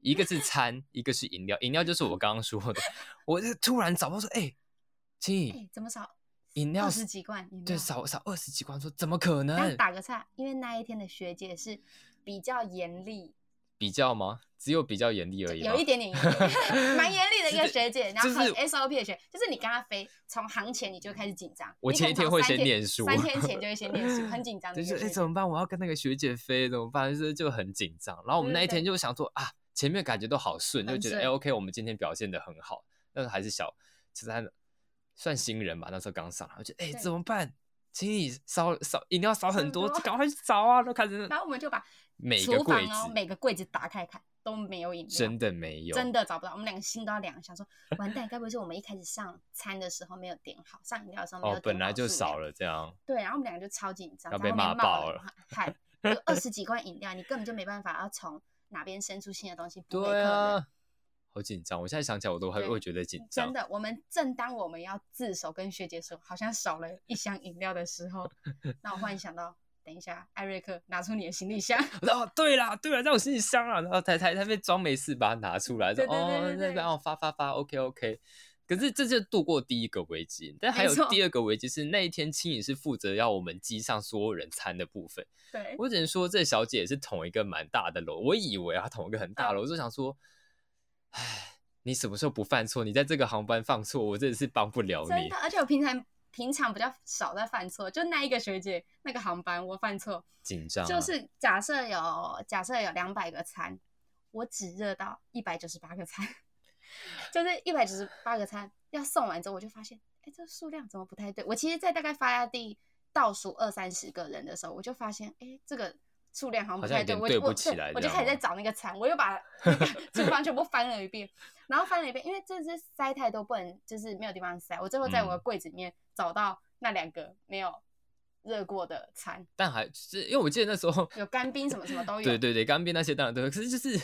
[SPEAKER 1] 一个是餐，一个是饮料。饮料就是我刚刚说 的，我就突然找到说，哎，青
[SPEAKER 2] 哎、
[SPEAKER 1] 怡，
[SPEAKER 2] 怎么少
[SPEAKER 1] 饮料
[SPEAKER 2] 二
[SPEAKER 1] 是
[SPEAKER 2] 十几啊罐饮料？
[SPEAKER 1] 对少嗯少二十几罐，说怎么可
[SPEAKER 2] 但
[SPEAKER 1] 能？
[SPEAKER 2] 打个岔，因为那一天的学姐是比较严厉，
[SPEAKER 1] 比较吗？只有比较严厉而已吗。
[SPEAKER 2] 有一点点严厉， 蛮严厉的一个学姐，然后很
[SPEAKER 1] 就是
[SPEAKER 2] SOP 的学，就是你跟她飞，从航前你就开始紧张。
[SPEAKER 1] 我
[SPEAKER 2] 你
[SPEAKER 1] 前一
[SPEAKER 2] 可能
[SPEAKER 1] 天
[SPEAKER 2] 从
[SPEAKER 1] 会
[SPEAKER 2] 三
[SPEAKER 1] 先念书
[SPEAKER 2] 三天前就会先念书，很紧张的
[SPEAKER 1] 就
[SPEAKER 2] 一
[SPEAKER 1] 是
[SPEAKER 2] 个
[SPEAKER 1] 哎、
[SPEAKER 2] 学
[SPEAKER 1] 诶
[SPEAKER 2] 姐
[SPEAKER 1] 怎。么办？我要跟那个学姐飞怎么办？就是就很紧张。然后我们
[SPEAKER 2] 对
[SPEAKER 1] 那一
[SPEAKER 2] 对
[SPEAKER 1] 天就想说啊，前面感觉都好顺，就
[SPEAKER 2] 很
[SPEAKER 1] 觉得哎、
[SPEAKER 2] 顺
[SPEAKER 1] o k 我们今天表现的很好，但是还是小，其实还算新人吧，那时候刚上来，我觉得哎、
[SPEAKER 2] 对
[SPEAKER 1] 怎么办？请你烧烧饮料烧很
[SPEAKER 2] 很
[SPEAKER 1] 多，
[SPEAKER 2] 多
[SPEAKER 1] 赶快去找啊！都开始
[SPEAKER 2] 然后我们就把
[SPEAKER 1] 每个
[SPEAKER 2] 厨
[SPEAKER 1] 柜
[SPEAKER 2] 房
[SPEAKER 1] 子
[SPEAKER 2] 哦，每个柜子打开看，都没有饮料，
[SPEAKER 1] 真的没有，
[SPEAKER 2] 真的找不到。我们两个心都要凉，想说完蛋，该不会是我们一开始上餐的时候没有点好，上饮料的时候没有
[SPEAKER 1] 哦
[SPEAKER 2] 点，
[SPEAKER 1] 本来
[SPEAKER 2] 好
[SPEAKER 1] 就
[SPEAKER 2] 数
[SPEAKER 1] 少
[SPEAKER 2] 量
[SPEAKER 1] 了这样。
[SPEAKER 2] 对，然后我们两个就超紧张，
[SPEAKER 1] 要
[SPEAKER 2] 在
[SPEAKER 1] 被
[SPEAKER 2] 后
[SPEAKER 1] 骂
[SPEAKER 2] 面
[SPEAKER 1] 爆
[SPEAKER 2] 冒
[SPEAKER 1] 了
[SPEAKER 2] 冷 汗，有二十几罐饮料，你根本就没办法要从哪边生出新的东西补给客
[SPEAKER 1] 对
[SPEAKER 2] 人。
[SPEAKER 1] 啊，好紧张！我现在想起来，我都还
[SPEAKER 2] 对
[SPEAKER 1] 会觉得紧张
[SPEAKER 2] 真。的，我们正当我们要自首跟学姐说好像少了一箱饮料的时 候，那我忽然想到，等一下，艾瑞克拿出你的行李箱，
[SPEAKER 1] 哦，对啦，对啦，在我行李箱啊，然后才才才被装没事把它拿出来，说
[SPEAKER 2] 对对对
[SPEAKER 1] 哦
[SPEAKER 2] 对，
[SPEAKER 1] 那
[SPEAKER 2] 对
[SPEAKER 1] 然后发发发，OK OK。可是这就度过第一个危机，但还有
[SPEAKER 2] 没错
[SPEAKER 1] 第二个危机是那一天青颖是负责要我们机上所有人餐的部分。
[SPEAKER 2] 对，
[SPEAKER 1] 我只能说这小姐也是捅一个蛮大的篓，我以为她捅一个很大
[SPEAKER 2] 嗯
[SPEAKER 1] 的篓，我就想说，唉，你什么时候不犯错？你在这个航班犯错，我真的是帮不了
[SPEAKER 2] 真
[SPEAKER 1] 你
[SPEAKER 2] 的，。而且我平常平常比较少在犯错，就那一个学姐那个航班我犯错，
[SPEAKER 1] 紧张啊、
[SPEAKER 2] 就是假设有假设有两百个餐，我只热到一百九十八个餐， 就是一百九十八个餐要送完之后，我就发现，哎、这数量怎么不太对？我其实，在大概发到第倒数二三十个人的时候，我就发现，哎、这个。数量好像不
[SPEAKER 1] 好像
[SPEAKER 2] 太
[SPEAKER 1] 有
[SPEAKER 2] 对，
[SPEAKER 1] 点
[SPEAKER 2] 我
[SPEAKER 1] 对
[SPEAKER 2] 就
[SPEAKER 1] 不
[SPEAKER 2] 我
[SPEAKER 1] 起
[SPEAKER 2] 对
[SPEAKER 1] 来
[SPEAKER 2] 我就
[SPEAKER 1] 这
[SPEAKER 2] 开始在
[SPEAKER 1] 样哦
[SPEAKER 2] 找那个餐，我又把那 个厨房全部翻了一遍，然后翻了一遍，因为这是塞太多，不能就是没有地方塞。我最后在我的
[SPEAKER 1] 嗯
[SPEAKER 2] 柜子里面找到那两个没有热过的餐，
[SPEAKER 1] 但还是因为我记得那时候
[SPEAKER 2] 有干冰什么什么都有。
[SPEAKER 1] 对对对，干冰那些当然都会，可是就是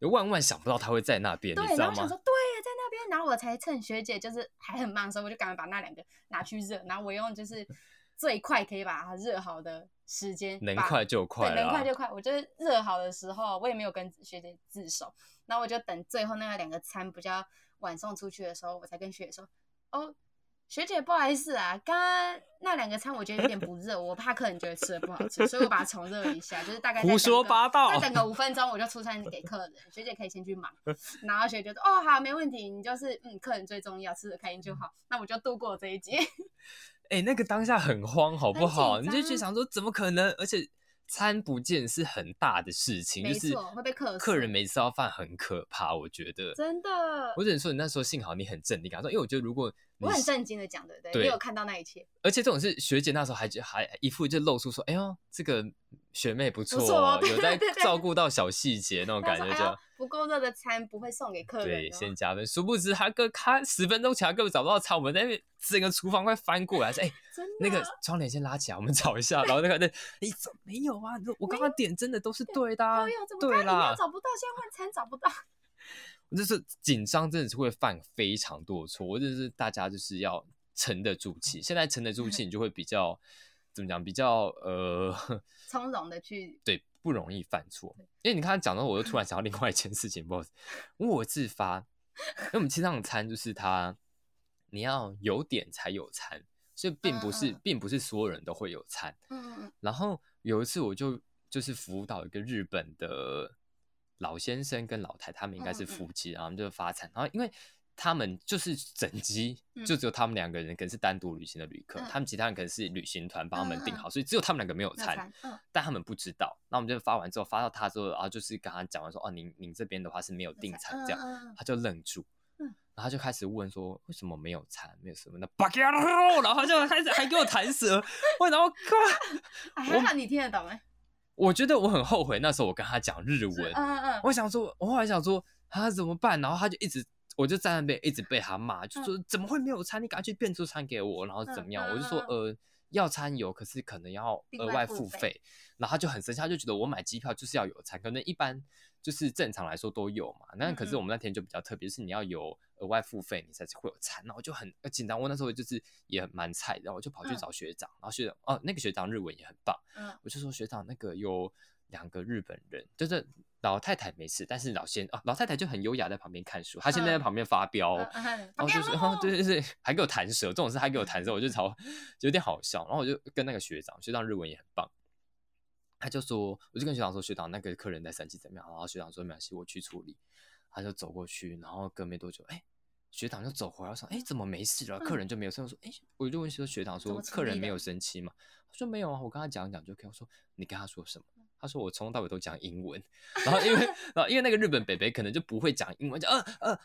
[SPEAKER 1] 万万想不到他会在那边，你知
[SPEAKER 2] 对，然后
[SPEAKER 1] 道
[SPEAKER 2] 我想说
[SPEAKER 1] 吗？
[SPEAKER 2] 对，在那边，然后我才趁学姐就是还很忙的时候，我就赶快把那两个拿去热，然后我 用就是最快可以把它热好的时间，
[SPEAKER 1] 能
[SPEAKER 2] 把
[SPEAKER 1] 快就快
[SPEAKER 2] 对，能快
[SPEAKER 1] 啦，
[SPEAKER 2] 就快。我就是热好的时候，我也没有跟学姐自首，然后我就等最后那两个餐比较晚送出去的时候，我才跟学姐说，哦。学姐，不好意思啊，刚刚那两个餐我觉得有点不热，我怕客人觉得吃的不好吃，所以我把它重热了一下，就是大概再
[SPEAKER 1] 胡
[SPEAKER 2] 等
[SPEAKER 1] 说
[SPEAKER 2] 个
[SPEAKER 1] 八道
[SPEAKER 2] 再。等个五分钟，我就出餐给客人。学姐可以先去忙，然后学姐就说：“哦，好，没问题，你就是嗯，客人最重要，吃的开心就好。”那我就度过这一集。
[SPEAKER 1] 哎、那个当下很慌，好不
[SPEAKER 2] 很紧
[SPEAKER 1] 好？你就去
[SPEAKER 2] 张
[SPEAKER 1] 想说怎么可能？而且餐不见是很大的事情，
[SPEAKER 2] 没
[SPEAKER 1] 就是
[SPEAKER 2] 错会被客
[SPEAKER 1] 客人
[SPEAKER 2] 诉
[SPEAKER 1] 没吃到饭很可怕，我觉得。
[SPEAKER 2] 真的，
[SPEAKER 1] 我只能说你那时候幸好你很镇定，感受，因为我觉得如果你
[SPEAKER 2] 我很
[SPEAKER 1] 是
[SPEAKER 2] 震惊的讲，对不对？
[SPEAKER 1] 对
[SPEAKER 2] 你有看到那一切？
[SPEAKER 1] 而且这种是学姐那时候还觉还一副就露出说，哎呦，这个学妹不错、
[SPEAKER 2] 错哦对
[SPEAKER 1] 有在
[SPEAKER 2] 对对
[SPEAKER 1] 照顾到小细节那种
[SPEAKER 2] 他
[SPEAKER 1] 感
[SPEAKER 2] 说：“
[SPEAKER 1] 觉，
[SPEAKER 2] 哎
[SPEAKER 1] 这样
[SPEAKER 2] 呦，不够热的餐不会送给客人
[SPEAKER 1] 对，
[SPEAKER 2] 哦。
[SPEAKER 1] 先加分。殊不知他哥他十分钟前他根本找不到餐，我们在那边整个厨房快翻过来，说：“哎、
[SPEAKER 2] 真的
[SPEAKER 1] 那 个窗帘先拉起来，我们找一下。”然后那个那，哎、怎么没有啊？你说我刚刚点真的都是对的、啊
[SPEAKER 2] 哦哟，怎，么刚
[SPEAKER 1] 对
[SPEAKER 2] 饮料
[SPEAKER 1] 啦。
[SPEAKER 2] 找不到，现在换餐找不到？
[SPEAKER 1] 我就是紧张，真的是会犯非常多的错。我就是大家就是要沉得住气，现在沉得住气，你就会比较怎么讲？比较呃，
[SPEAKER 2] 从容的去
[SPEAKER 1] 对，不容易犯错。因为你刚才讲到，我又突然想到另外一件事情，不好意思，我自发，因为我们吃上餐就是它，你要有点才有餐，所以并不是
[SPEAKER 2] 嗯嗯
[SPEAKER 1] 并不是所有人都会有餐。
[SPEAKER 2] 嗯嗯嗯，
[SPEAKER 1] 然后有一次我就就是服务到一个日本的老先生跟老太，他们应该
[SPEAKER 2] 嗯
[SPEAKER 1] 是
[SPEAKER 2] 嗯
[SPEAKER 1] 夫妻，然后他们就发餐，然后因为他们就是整机就
[SPEAKER 2] 嗯
[SPEAKER 1] 只有他们两个人可能是单独旅行的旅客，
[SPEAKER 2] 嗯
[SPEAKER 1] 他们其他人可能是旅行团帮他们订
[SPEAKER 2] 嗯嗯
[SPEAKER 1] 好，所以只有他们两个没有
[SPEAKER 2] 那
[SPEAKER 1] 餐，
[SPEAKER 2] 餐嗯
[SPEAKER 1] 但他们不知道。那我们就发完之后发到他之后，然后就是跟他讲完说，哦，您您这边的话是没有订餐这样，
[SPEAKER 2] 嗯嗯嗯
[SPEAKER 1] 他就愣住，
[SPEAKER 2] 嗯
[SPEAKER 1] 然后他就开始问说为什么没有餐，没有什么的，巴嘎喽，然后他就开始还给我弹舌， 我然后
[SPEAKER 2] 哎还好你听得懂哎。
[SPEAKER 1] 我觉得我很后悔那时候我跟他讲日
[SPEAKER 2] 嗯
[SPEAKER 1] 文，
[SPEAKER 2] 嗯嗯，
[SPEAKER 1] 我想说，我后来想说他怎么办，然后他就一直。我就在那边一直被他骂，就说怎么会没有餐？你赶快去变出餐给我，然后怎么样？
[SPEAKER 2] 嗯嗯嗯
[SPEAKER 1] 我就说呃要餐有，可是可能要
[SPEAKER 2] 另
[SPEAKER 1] 额
[SPEAKER 2] 外
[SPEAKER 1] 外
[SPEAKER 2] 付
[SPEAKER 1] 付
[SPEAKER 2] 费
[SPEAKER 1] 费。然后他就很生气，他就觉得我买机票就是要有餐，可能一般就是正常来说都有嘛。那可是
[SPEAKER 2] 嗯嗯
[SPEAKER 1] 我们那天就比较特别，是你要有额外付费你才会有餐。然后我就很呃紧张，我那时候就是也蛮菜，然后我就跑去
[SPEAKER 2] 嗯
[SPEAKER 1] 找学长，然后学长哦那个学长日文也很棒。
[SPEAKER 2] 嗯
[SPEAKER 1] 我就说学长，那个有两个日本人，就是老太太没事，但是老先啊，老太太就很优雅在旁边看书，她现在在
[SPEAKER 2] 嗯
[SPEAKER 1] 旁边发飙哦、
[SPEAKER 2] 嗯嗯
[SPEAKER 1] 然
[SPEAKER 2] 嗯
[SPEAKER 1] 后就是
[SPEAKER 2] 发飙
[SPEAKER 1] 哦，对对对，还给我弹舌，这种事还给我弹舌，我就超有点好笑。然后我就跟那个学长，学长日文也很棒，他就说，我就跟学长说，学长那个客人在生气怎么样？然后学长说没关系，我去处理。他就走过去，然后隔没多久，哎、学长就走回来，我说，哎、怎么没事了？客人就没有事。我说，哎、我就问说学长
[SPEAKER 2] 嗯怎么
[SPEAKER 1] 说，
[SPEAKER 2] 处
[SPEAKER 1] 客人
[SPEAKER 2] 理
[SPEAKER 1] 没
[SPEAKER 2] 的
[SPEAKER 1] 有生气吗？他说没有啊，我跟他讲讲就可以。我说你跟他说什么？
[SPEAKER 2] 嗯
[SPEAKER 1] 他说我从头到尾都讲英文。然后因为然后因为那个日本北北可能就不会讲英文，就呃呃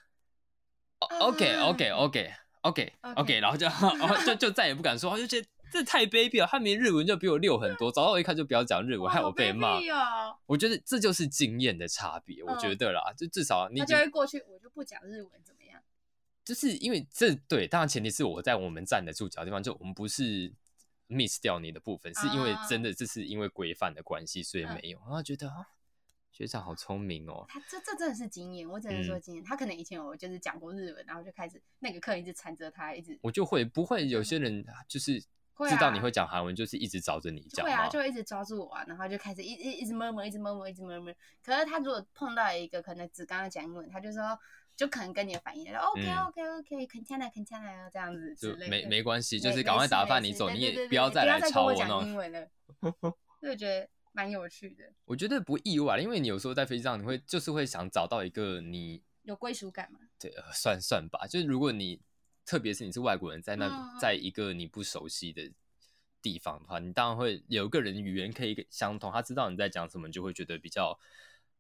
[SPEAKER 1] ，OK 哦
[SPEAKER 2] 嗯
[SPEAKER 1] OK OK OK OK，然后就然后就就再也不敢说，我就觉得这太卑鄙了。他明明日文就比我溜很多，早到我一看就不要讲日文，害我被骂。
[SPEAKER 2] 哦。
[SPEAKER 1] 我觉得这就是经验的差别，我觉
[SPEAKER 2] 嗯
[SPEAKER 1] 得啦，就至少你已
[SPEAKER 2] 他就会
[SPEAKER 1] 经
[SPEAKER 2] 过去，我就不讲日文怎么样？
[SPEAKER 1] 就是因为这对，当然前提是我在我们站得住脚的地方，就我们不是 miss 掉你的部分，是因为真的这是因为规范的关系，所以
[SPEAKER 2] 啊嗯
[SPEAKER 1] 没有。然后觉得啊，学长好聪明哦，
[SPEAKER 2] 他这这真的是经验，我只能说
[SPEAKER 1] 嗯
[SPEAKER 2] 经验。他可能以前有就是讲过日文，然后就开始那个客人一直缠着他，一直
[SPEAKER 1] 我就会不会有些人啊就是
[SPEAKER 2] 会
[SPEAKER 1] 知道
[SPEAKER 2] 啊
[SPEAKER 1] 你会讲韩文，就是一直找着你
[SPEAKER 2] 就
[SPEAKER 1] 讲
[SPEAKER 2] 会
[SPEAKER 1] 吗
[SPEAKER 2] 啊，？就会一直抓住我啊，然后就开始一一一直 murmur，一直 murmur，一直 murmur。可是他如果碰到一个可能只刚刚讲英文，他就说就可能跟你的反应然后 OK
[SPEAKER 1] 嗯
[SPEAKER 2] OK OK，肯加来肯加来这样子之
[SPEAKER 1] 就
[SPEAKER 2] 类的，
[SPEAKER 1] 没没关系，就
[SPEAKER 2] 没
[SPEAKER 1] 是赶快打发
[SPEAKER 2] 没
[SPEAKER 1] 你
[SPEAKER 2] 事没事
[SPEAKER 1] 走，
[SPEAKER 2] 对
[SPEAKER 1] 你
[SPEAKER 2] 对对
[SPEAKER 1] 也
[SPEAKER 2] 对
[SPEAKER 1] 要
[SPEAKER 2] 对
[SPEAKER 1] 再来
[SPEAKER 2] 跟
[SPEAKER 1] 吵
[SPEAKER 2] 我
[SPEAKER 1] 那
[SPEAKER 2] 讲
[SPEAKER 1] 种
[SPEAKER 2] 英。文了，就觉得蛮有趣的，
[SPEAKER 1] 我觉得不意外，因为你有时候在飞机上，你会就是会想找到一个你
[SPEAKER 2] 有归属感嘛。
[SPEAKER 1] 对，呃算算吧，就是如果你，特别是你是外国人，在那、
[SPEAKER 2] 嗯嗯
[SPEAKER 1] 在一个你不熟悉的地方的话，你当然会有一个人语言可以相同，他知道你在讲什么，你就会觉得比较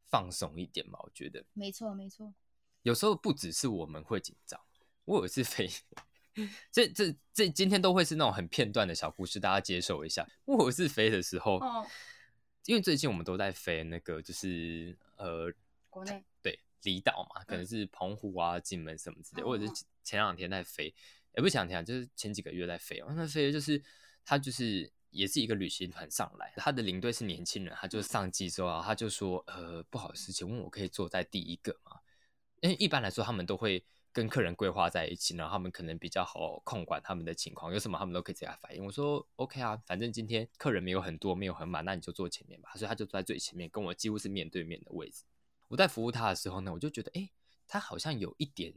[SPEAKER 1] 放松一点嘛。我觉得
[SPEAKER 2] 没错没错，
[SPEAKER 1] 有时候不只是我们会紧张，我有一次飞。这这这今天都会是那种很片段的小故事，大家接受一下。我有一次飞的时候，
[SPEAKER 2] 哦
[SPEAKER 1] 因为最近我们都在飞那个，就是呃，
[SPEAKER 2] 国内
[SPEAKER 1] 对离岛嘛，可能
[SPEAKER 2] 嗯
[SPEAKER 1] 是澎湖啊、金门什么之类，
[SPEAKER 2] 哦
[SPEAKER 1] 或者是
[SPEAKER 2] 哦
[SPEAKER 1] 前两天在飞，也不是前两天、啊，就是前几个月在飞哦。那飞就是他就是也是一个旅行团上来，他的领队是年轻人，他
[SPEAKER 2] 嗯
[SPEAKER 1] 就上机之后啊，他就说呃不好意思，请问我可以坐在第一个吗？因为一般来说他们都会。跟客人规划在一起，然后他们可能比较好控管他们的情况，有什么他们都可以直接来反映。我说 OK 啊，反正今天客人没有很多，没有很满，那你就坐前面吧。所以他就坐在最前面，跟我几乎是面对面的位置。我在服务他的时候呢，我就觉得，哎、他好像有一点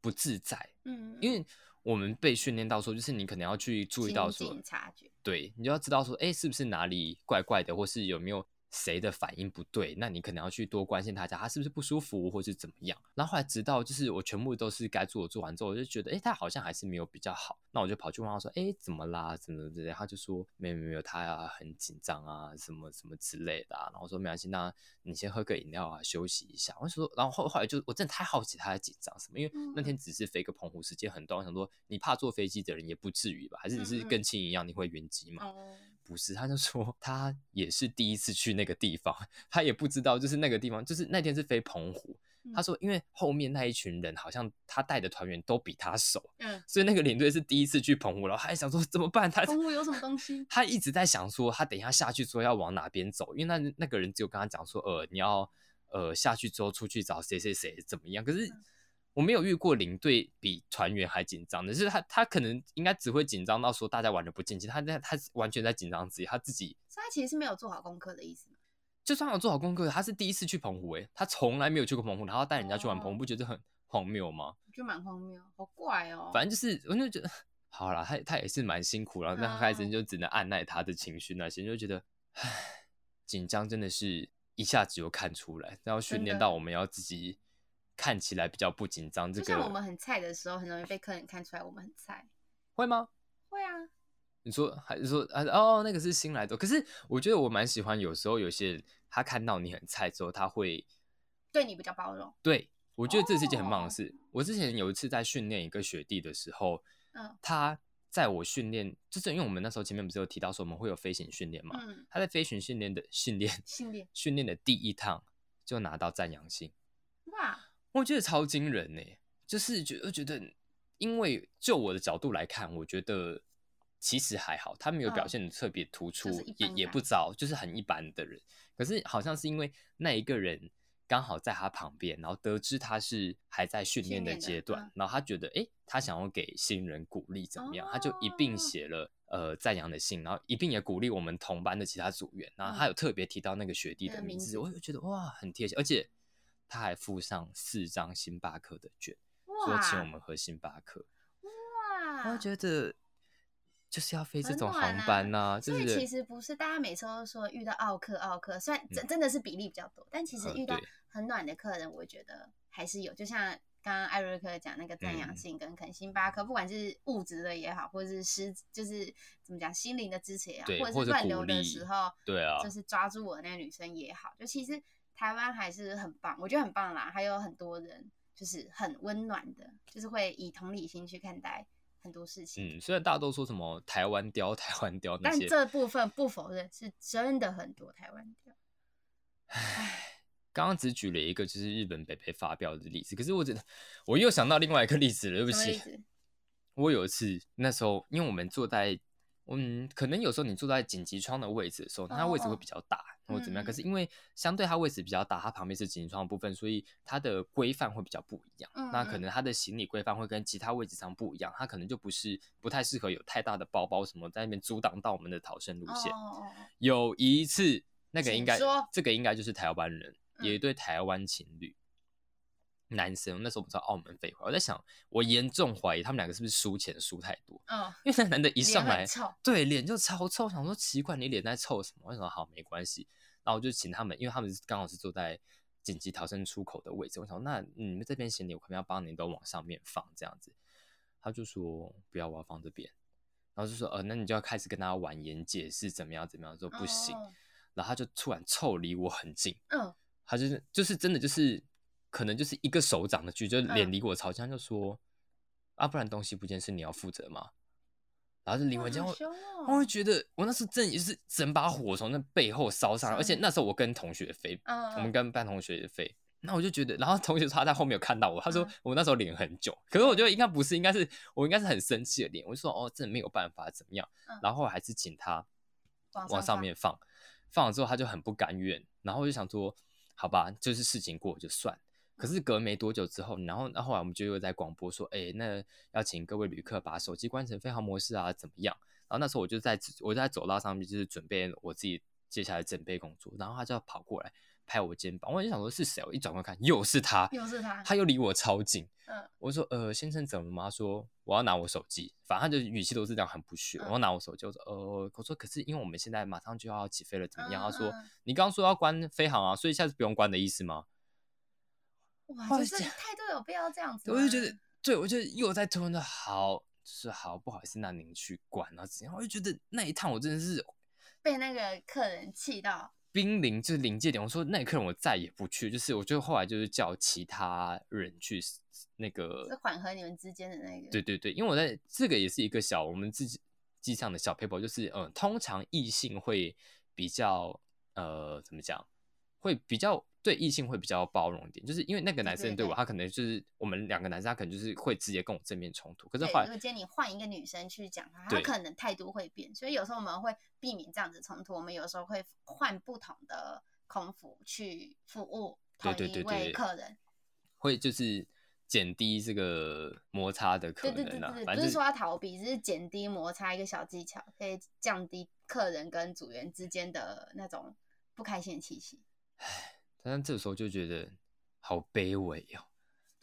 [SPEAKER 1] 不自在，
[SPEAKER 2] 嗯，
[SPEAKER 1] 因为我们被训练到说，就是你可能要去注意到
[SPEAKER 2] 亲
[SPEAKER 1] 说
[SPEAKER 2] 近，察觉，
[SPEAKER 1] 对，你就要知道说，哎、是不是哪里怪怪的，或是有没有谁的反应不对，那你可能要去多关心他家，他是不是不舒服，或是怎么样。然后后来直到就是我全部都是该做的做完之后，我就觉得，哎、他好像还是没有比较好，那我就跑去问他说，哎、怎么啦，怎么怎么，他就说，没有没有没有，他、很紧张啊，什么什么之类的、啊。然后我说没关系，那你先喝个饮料啊，休息一下。我就说，然后后后来就我真的太好奇他在紧张什么，因为
[SPEAKER 2] 嗯
[SPEAKER 1] 那天只是飞个澎湖，时间很短，我想说你怕坐飞机的人也不至于吧，还是你是
[SPEAKER 2] 嗯嗯
[SPEAKER 1] 跟亲一样你会晕机嘛？
[SPEAKER 2] 哦，
[SPEAKER 1] 不是，他就说他也是第一次去那个地方， 他也不知道就是那个地方，就是那天是飞澎湖。他
[SPEAKER 2] 嗯
[SPEAKER 1] 说，因为后面那一群人好像他带的团员都比他熟，
[SPEAKER 2] 嗯，
[SPEAKER 1] 所以那个领队是第一次去澎湖，然后他还想说怎么办？他
[SPEAKER 2] 澎湖有什么东西
[SPEAKER 1] 他一直在想说，他等一下下去之后要往哪边走，因为那那个人只有跟他讲说，呃，你要呃下去之后出去找谁谁谁怎么样。可是我没有遇过领队比团员还紧张的，就是他他可能应该只会紧张到说大家玩的不尽兴，他那他完全在紧张自己，他自己
[SPEAKER 2] 所以他其实是没有做好功课的意思嘛。
[SPEAKER 1] 就算有做好功课，他是第一次去澎湖、欸，他从来没有去过澎湖，然后带人家去玩澎湖，
[SPEAKER 2] 哦
[SPEAKER 1] 不觉得很荒谬吗？
[SPEAKER 2] 就蛮荒谬，好怪哦。
[SPEAKER 1] 反正就是，我就觉得 好啦，他他也是蛮辛苦，然后那
[SPEAKER 2] 嗯
[SPEAKER 1] 开始就只能按耐他的情绪那些，就觉得，唉，紧张真的是一下子就看出来，然后训
[SPEAKER 2] 真
[SPEAKER 1] 练
[SPEAKER 2] 的
[SPEAKER 1] 到我们要自己看起来比较不紧张，这
[SPEAKER 2] 就像我
[SPEAKER 1] 个
[SPEAKER 2] 们很菜的时候，很容易被客人看出来我们很菜。
[SPEAKER 1] 会吗？
[SPEAKER 2] 会啊，
[SPEAKER 1] 你说还是说啊哦，那个是新来的，可是我觉得我蛮喜欢，有时候有些人他看到你很菜之后，他会
[SPEAKER 2] 对你比较包容。
[SPEAKER 1] 对，我觉得这是一件很棒的
[SPEAKER 2] 哦
[SPEAKER 1] 事。我之前有一次在训练一个学弟的时候，
[SPEAKER 2] 嗯
[SPEAKER 1] 他在我训练，就是因为我们那时候前面不是有提到说我们会有飞行训练嘛，
[SPEAKER 2] 嗯，
[SPEAKER 1] 他在飞行训练的训练
[SPEAKER 2] 训练
[SPEAKER 1] 训练的第一趟就拿到赞扬星，
[SPEAKER 2] 哇，
[SPEAKER 1] 我觉得超惊人呢、就是觉我觉得，因为就我的角度来看，我觉得。其实还好，他没有表
[SPEAKER 2] 嗯
[SPEAKER 1] 现的特别突出，
[SPEAKER 2] 就是一
[SPEAKER 1] 也
[SPEAKER 2] 般
[SPEAKER 1] 也
[SPEAKER 2] 般
[SPEAKER 1] 不糟，就是很一般的人。可是好像是因为那一个人刚好在他旁边，然后得知他是还在训
[SPEAKER 2] 训
[SPEAKER 1] 练的
[SPEAKER 2] 练的
[SPEAKER 1] 阶段
[SPEAKER 2] 嗯，
[SPEAKER 1] 然后他觉得诶，他想要给新人鼓励怎么样，他就一并
[SPEAKER 2] 哦
[SPEAKER 1] 写了呃赞扬的信，然后一并也鼓励我们同班的其他组员，然后他
[SPEAKER 2] 嗯
[SPEAKER 1] 有特别提到那个学弟
[SPEAKER 2] 那
[SPEAKER 1] 的
[SPEAKER 2] 个
[SPEAKER 1] 名
[SPEAKER 2] 名
[SPEAKER 1] 字，
[SPEAKER 2] 字
[SPEAKER 1] 我就觉得哇很贴心，而且他还附上四张星巴克的券，说
[SPEAKER 2] 哇
[SPEAKER 1] 请我们喝星巴克，
[SPEAKER 2] 哇，
[SPEAKER 1] 我觉得就是要飞这
[SPEAKER 2] 很
[SPEAKER 1] 种
[SPEAKER 2] 暖
[SPEAKER 1] 航
[SPEAKER 2] 啊
[SPEAKER 1] 班呐、就
[SPEAKER 2] 所以
[SPEAKER 1] 是
[SPEAKER 2] 其实不是大家每次都说遇到奥克奥克，虽然
[SPEAKER 1] 嗯
[SPEAKER 2] 真真的是比例比较多，但其实
[SPEAKER 1] 嗯
[SPEAKER 2] 遇到
[SPEAKER 1] 对
[SPEAKER 2] 很暖的客人，我觉得还是有。就像刚刚艾瑞克讲那个赞扬
[SPEAKER 1] 嗯
[SPEAKER 2] 性跟肯星巴克，不管是物质的也好，或者是失就是怎么讲心灵的支持也好，
[SPEAKER 1] 对
[SPEAKER 2] 或者
[SPEAKER 1] 或
[SPEAKER 2] 是
[SPEAKER 1] 者
[SPEAKER 2] 乱
[SPEAKER 1] 鼓
[SPEAKER 2] 流的
[SPEAKER 1] 励
[SPEAKER 2] 时候，
[SPEAKER 1] 对啊
[SPEAKER 2] 就是抓住我那个女生也好，就其实台湾还是很棒，我觉得很棒啦，还有很多人就是很温暖的，就是会以同理心去看待很多事情。
[SPEAKER 1] 嗯，虽然大家都说什么台湾雕、 台湾雕那
[SPEAKER 2] 但
[SPEAKER 1] 些，
[SPEAKER 2] 这部分不否认是真的很多台湾调，
[SPEAKER 1] 刚刚只举了一个就是日本北北发飙的例子，可是我只我又想到另外一个例子了，对不
[SPEAKER 2] 什么例
[SPEAKER 1] 起，
[SPEAKER 2] 子？
[SPEAKER 1] 我有一次那时候，因为我们坐在嗯，可能有时候你坐在紧急窗的位置的时候，它位置
[SPEAKER 2] 哦
[SPEAKER 1] 会
[SPEAKER 2] 哦
[SPEAKER 1] 比较大或者怎么样，
[SPEAKER 2] 嗯
[SPEAKER 1] 可是因为相对它位置比较大，它旁边是紧急窗的部分，所以它的规范会比较不一样。
[SPEAKER 2] 嗯
[SPEAKER 1] 那可
[SPEAKER 2] 嗯
[SPEAKER 1] 能它的行李规范会跟其他位置上不一样，它可能就不是不太适合有太大的包包什么在那边阻挡到我们的逃生路
[SPEAKER 2] 哦
[SPEAKER 1] 线。
[SPEAKER 2] 哦哦，
[SPEAKER 1] 有一次，那个应该
[SPEAKER 2] 请说
[SPEAKER 1] 这个应该就是台湾人，
[SPEAKER 2] 嗯
[SPEAKER 1] 有一对台湾情侣，男生。那时候不知道澳门废话，我在想，我严重怀疑他们两个是不是输钱输太多，
[SPEAKER 2] 嗯，
[SPEAKER 1] 因为那男的一
[SPEAKER 2] 一
[SPEAKER 1] 上来，
[SPEAKER 2] 臭，
[SPEAKER 1] 对脸就超臭，想说奇怪你脸在臭什么？我想说好没关系，然后我就请他们，因为他们是刚好是坐在。紧急逃生出口的位置，我想说那你们这边行李，我可能要帮你都往上面放这样子。他就说不要，我要放这边。然后就说呃，那你就要开始跟他婉言解释怎么样怎么样，说不行。
[SPEAKER 2] 哦
[SPEAKER 1] 然后他就突然凑离我很近，
[SPEAKER 2] 嗯，
[SPEAKER 1] 他就是就是真的就是可能就是一个手掌的距离，就是脸
[SPEAKER 2] 嗯
[SPEAKER 1] 离我超近，他就说啊，不然东西不见是你要负责吗？然后就离
[SPEAKER 2] 哇
[SPEAKER 1] 我近，
[SPEAKER 2] 好
[SPEAKER 1] 我
[SPEAKER 2] 凶
[SPEAKER 1] 我
[SPEAKER 2] 哦
[SPEAKER 1] 会，觉得我那时候真的就是整把火从那背后烧上来，而且
[SPEAKER 2] 嗯
[SPEAKER 1] 那时候我跟同学飞，
[SPEAKER 2] 嗯，
[SPEAKER 1] 我们
[SPEAKER 2] 嗯
[SPEAKER 1] 跟班同学飞。那我就觉得，然后同学说他在后面有看到我，他说
[SPEAKER 2] 嗯
[SPEAKER 1] 我那时候脸很囧，可是我觉得应该不是，应该是我应该是很生气的脸，我就说哦，真的没有办法怎么样
[SPEAKER 2] 嗯，
[SPEAKER 1] 然后还是请他
[SPEAKER 2] 往
[SPEAKER 1] 往
[SPEAKER 2] 上
[SPEAKER 1] 上面放，放了之后他就很不甘愿，然后我就想说，好吧，就是事情过了就算。可是隔没多久之后，然后那后来我们就又在广播说，哎、那要请各位旅客把手机关成飞行模式啊，怎么样？然后那时候我就在我就在走道上面，就是准备我自己接下来准备工作，然后他就要跑过来拍我肩膀，我就想说是谁？我一转过来看，又是他，
[SPEAKER 2] 又是他
[SPEAKER 1] 他又离我超近。
[SPEAKER 2] 啊嗯
[SPEAKER 1] 我说呃，先生怎么了吗？他说我要拿我手机，反正他就语气都是这样，很不屑。
[SPEAKER 2] 嗯
[SPEAKER 1] 我要拿我手机，我说呃，我说可是因为我们现在马上就要起飞了，怎么样？
[SPEAKER 2] 嗯
[SPEAKER 1] 他说
[SPEAKER 2] 嗯
[SPEAKER 1] 你刚刚说要关飞航啊，所以下次不用关的意思吗？
[SPEAKER 2] 哇，
[SPEAKER 1] 我
[SPEAKER 2] 就
[SPEAKER 1] 就觉
[SPEAKER 2] 是
[SPEAKER 1] 得
[SPEAKER 2] 态度有必要这样子吗？
[SPEAKER 1] 我就觉得，哦对我就又在吞的好，就是好不好意思，那您去关啊怎样？我就觉得那一趟我真的是
[SPEAKER 2] 被那个客人气到，
[SPEAKER 1] 濒临就是临界点，我说那一刻我再也不去，就是我就后来就是叫其他人去那个
[SPEAKER 2] 是缓和你们之间的那个，
[SPEAKER 1] 呃对对对，因为我在这个也是一个小我们自己机上的小 paper，就是嗯，通常异性会比较呃怎么讲，会比较对异性会比较包容一点，就是因为那个
[SPEAKER 2] 对
[SPEAKER 1] 男
[SPEAKER 2] 对
[SPEAKER 1] 生对我，
[SPEAKER 2] 对
[SPEAKER 1] 他可能就是我们两个男生，他可能就是会直接跟我正面冲突，可是
[SPEAKER 2] 对，
[SPEAKER 1] 后
[SPEAKER 2] 如
[SPEAKER 1] 来
[SPEAKER 2] 果今天你换一个女生去讲她，她
[SPEAKER 1] 对
[SPEAKER 2] 可能态度会变，所以有时候我们会避免这样子冲突。我们有时候会换不同的空服去服务同
[SPEAKER 1] 对对
[SPEAKER 2] 一
[SPEAKER 1] 对
[SPEAKER 2] 位
[SPEAKER 1] 对，
[SPEAKER 2] 客人。
[SPEAKER 1] 会就是减低这个摩擦的可
[SPEAKER 2] 对对对
[SPEAKER 1] 能啊
[SPEAKER 2] 对，对，
[SPEAKER 1] 反
[SPEAKER 2] 不
[SPEAKER 1] 正就
[SPEAKER 2] 是说要逃避，只是减低摩擦一个小技巧，可以降低客人跟组员之间的那种不开心的气息。
[SPEAKER 1] 但是这个时候就觉得好卑微哦。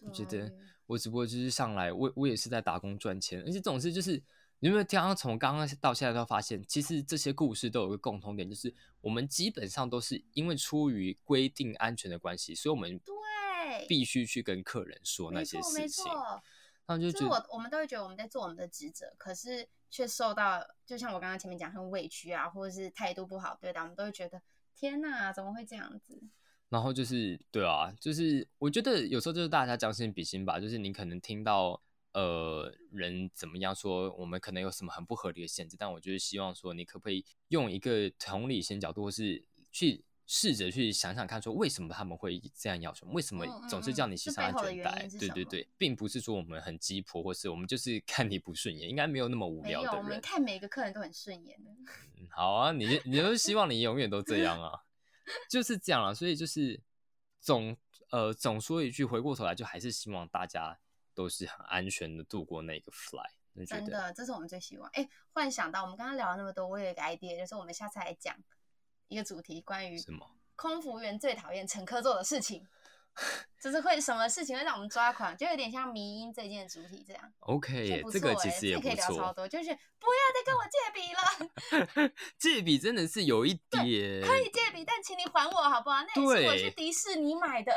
[SPEAKER 1] 我觉
[SPEAKER 2] 对
[SPEAKER 1] 得我只不过就是上来，我我也是在打工赚钱，而且这种事就是，你有没有刚刚从刚刚到现在都发现，其实这些故事都有一个共同点，就是我们基本上都是因为出于规定安全的关系，所以我们
[SPEAKER 2] 对
[SPEAKER 1] 必须去跟客人说那
[SPEAKER 2] 没
[SPEAKER 1] 些
[SPEAKER 2] 错没
[SPEAKER 1] 事情，
[SPEAKER 2] 错。
[SPEAKER 1] 那我就
[SPEAKER 2] 就
[SPEAKER 1] 觉
[SPEAKER 2] 是
[SPEAKER 1] 得
[SPEAKER 2] 我我们都会觉得我们在做我们的职责，可是却受到，就像我刚刚前面讲，很委屈啊，或者是态度不好对待，我们都会觉得天哪，怎么会这样子？
[SPEAKER 1] 然后就是对啊，就是我觉得有时候就是大家将心比心吧，就是你可能听到呃人怎么样说，我们可能有什么很不合理的限制，但我就是希望说，你可不可以用一个同理心角度，或是去试着去想想看，说为什么他们会这样要求，为什么
[SPEAKER 2] 嗯嗯
[SPEAKER 1] 总是
[SPEAKER 2] 嗯
[SPEAKER 1] 叫你
[SPEAKER 2] 这
[SPEAKER 1] 系上
[SPEAKER 2] 背后
[SPEAKER 1] 安
[SPEAKER 2] 的
[SPEAKER 1] 全
[SPEAKER 2] 原
[SPEAKER 1] 带
[SPEAKER 2] 因？是
[SPEAKER 1] 对
[SPEAKER 2] 什
[SPEAKER 1] 对
[SPEAKER 2] 么
[SPEAKER 1] 对，并不是说我们很鸡婆，或是我们就是看你不顺眼，应该没有那么无
[SPEAKER 2] 没
[SPEAKER 1] 聊的
[SPEAKER 2] 有，我
[SPEAKER 1] 人
[SPEAKER 2] 们。看每个客人都很顺眼的。
[SPEAKER 1] 嗯好啊，你就你就希望你永远都这样啊，就是这样啊，所以就是总呃总说一句，回过头来就还是希望大家都是很安全的度过那个 fly，你觉
[SPEAKER 2] 真
[SPEAKER 1] 得？
[SPEAKER 2] 的，这是我们最希望。哎，幻想到我们刚刚聊了那么多，我有一个 idea，就是我们下次来讲一个主题，关于
[SPEAKER 1] 什么
[SPEAKER 2] 空服员最讨厌乘客做的事情。就是会什么事情会让我们抓狂，就有点像迷音这件主体这样。
[SPEAKER 1] OK，
[SPEAKER 2] 就
[SPEAKER 1] 耶
[SPEAKER 2] 不
[SPEAKER 1] 这
[SPEAKER 2] 错
[SPEAKER 1] 个其
[SPEAKER 2] 欸
[SPEAKER 1] 实也
[SPEAKER 2] 这可以
[SPEAKER 1] 不
[SPEAKER 2] 聊 超
[SPEAKER 1] 错。
[SPEAKER 2] 多，就是不要再跟我借笔了，
[SPEAKER 1] 借笔真的是有一点，
[SPEAKER 2] 可以借笔，但请你还我好不好？那也是我去
[SPEAKER 1] 对
[SPEAKER 2] 迪士尼买的。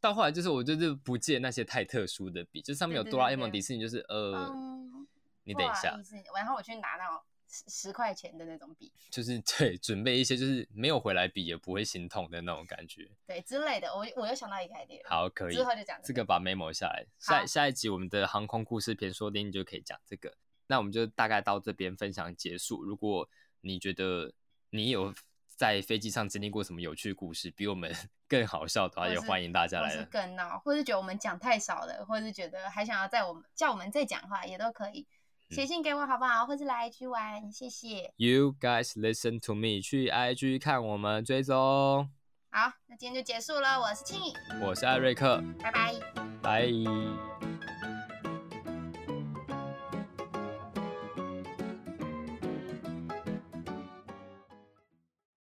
[SPEAKER 1] 到后来就是我就是不借那些太特殊的笔，就上面有
[SPEAKER 2] 对对
[SPEAKER 1] 哆啦
[SPEAKER 2] 对
[SPEAKER 1] A 梦、
[SPEAKER 2] 对
[SPEAKER 1] 迪士尼，就是呃，
[SPEAKER 2] 嗯
[SPEAKER 1] 你
[SPEAKER 2] 不
[SPEAKER 1] 等一
[SPEAKER 2] 好
[SPEAKER 1] 下
[SPEAKER 2] 意，思，然后我去拿到十十块钱的那种笔，
[SPEAKER 1] 就是 对，准备一些就是没有回来笔也不会心痛的那种感觉。
[SPEAKER 2] 对之类的。我我又想到一个 idea，了
[SPEAKER 1] 好，可以
[SPEAKER 2] 之，后就讲
[SPEAKER 1] 这个把 memo 下来，
[SPEAKER 2] 好
[SPEAKER 1] 下下一集我们的航空故事篇说不定就可以讲这个。那我们就大概到这边分享结束。如果你觉得你有在飞机上经历过什么有趣故事，比我们 更好笑的话，
[SPEAKER 2] 或
[SPEAKER 1] 也
[SPEAKER 2] 是
[SPEAKER 1] 欢迎大家
[SPEAKER 2] 或
[SPEAKER 1] 来
[SPEAKER 2] 是。更闹，或是觉得我们讲太少了，或是觉得还想要在我们叫我们再讲话，也都可以
[SPEAKER 1] 嗯
[SPEAKER 2] 写信给我好不好？或是来 IG 玩，谢谢。
[SPEAKER 1] You guys listen to me，去 IG 看我们追踪。
[SPEAKER 2] 好，那今天就结束了，我是庆怡，
[SPEAKER 1] 我是艾瑞克，
[SPEAKER 2] 拜拜。
[SPEAKER 1] 拜。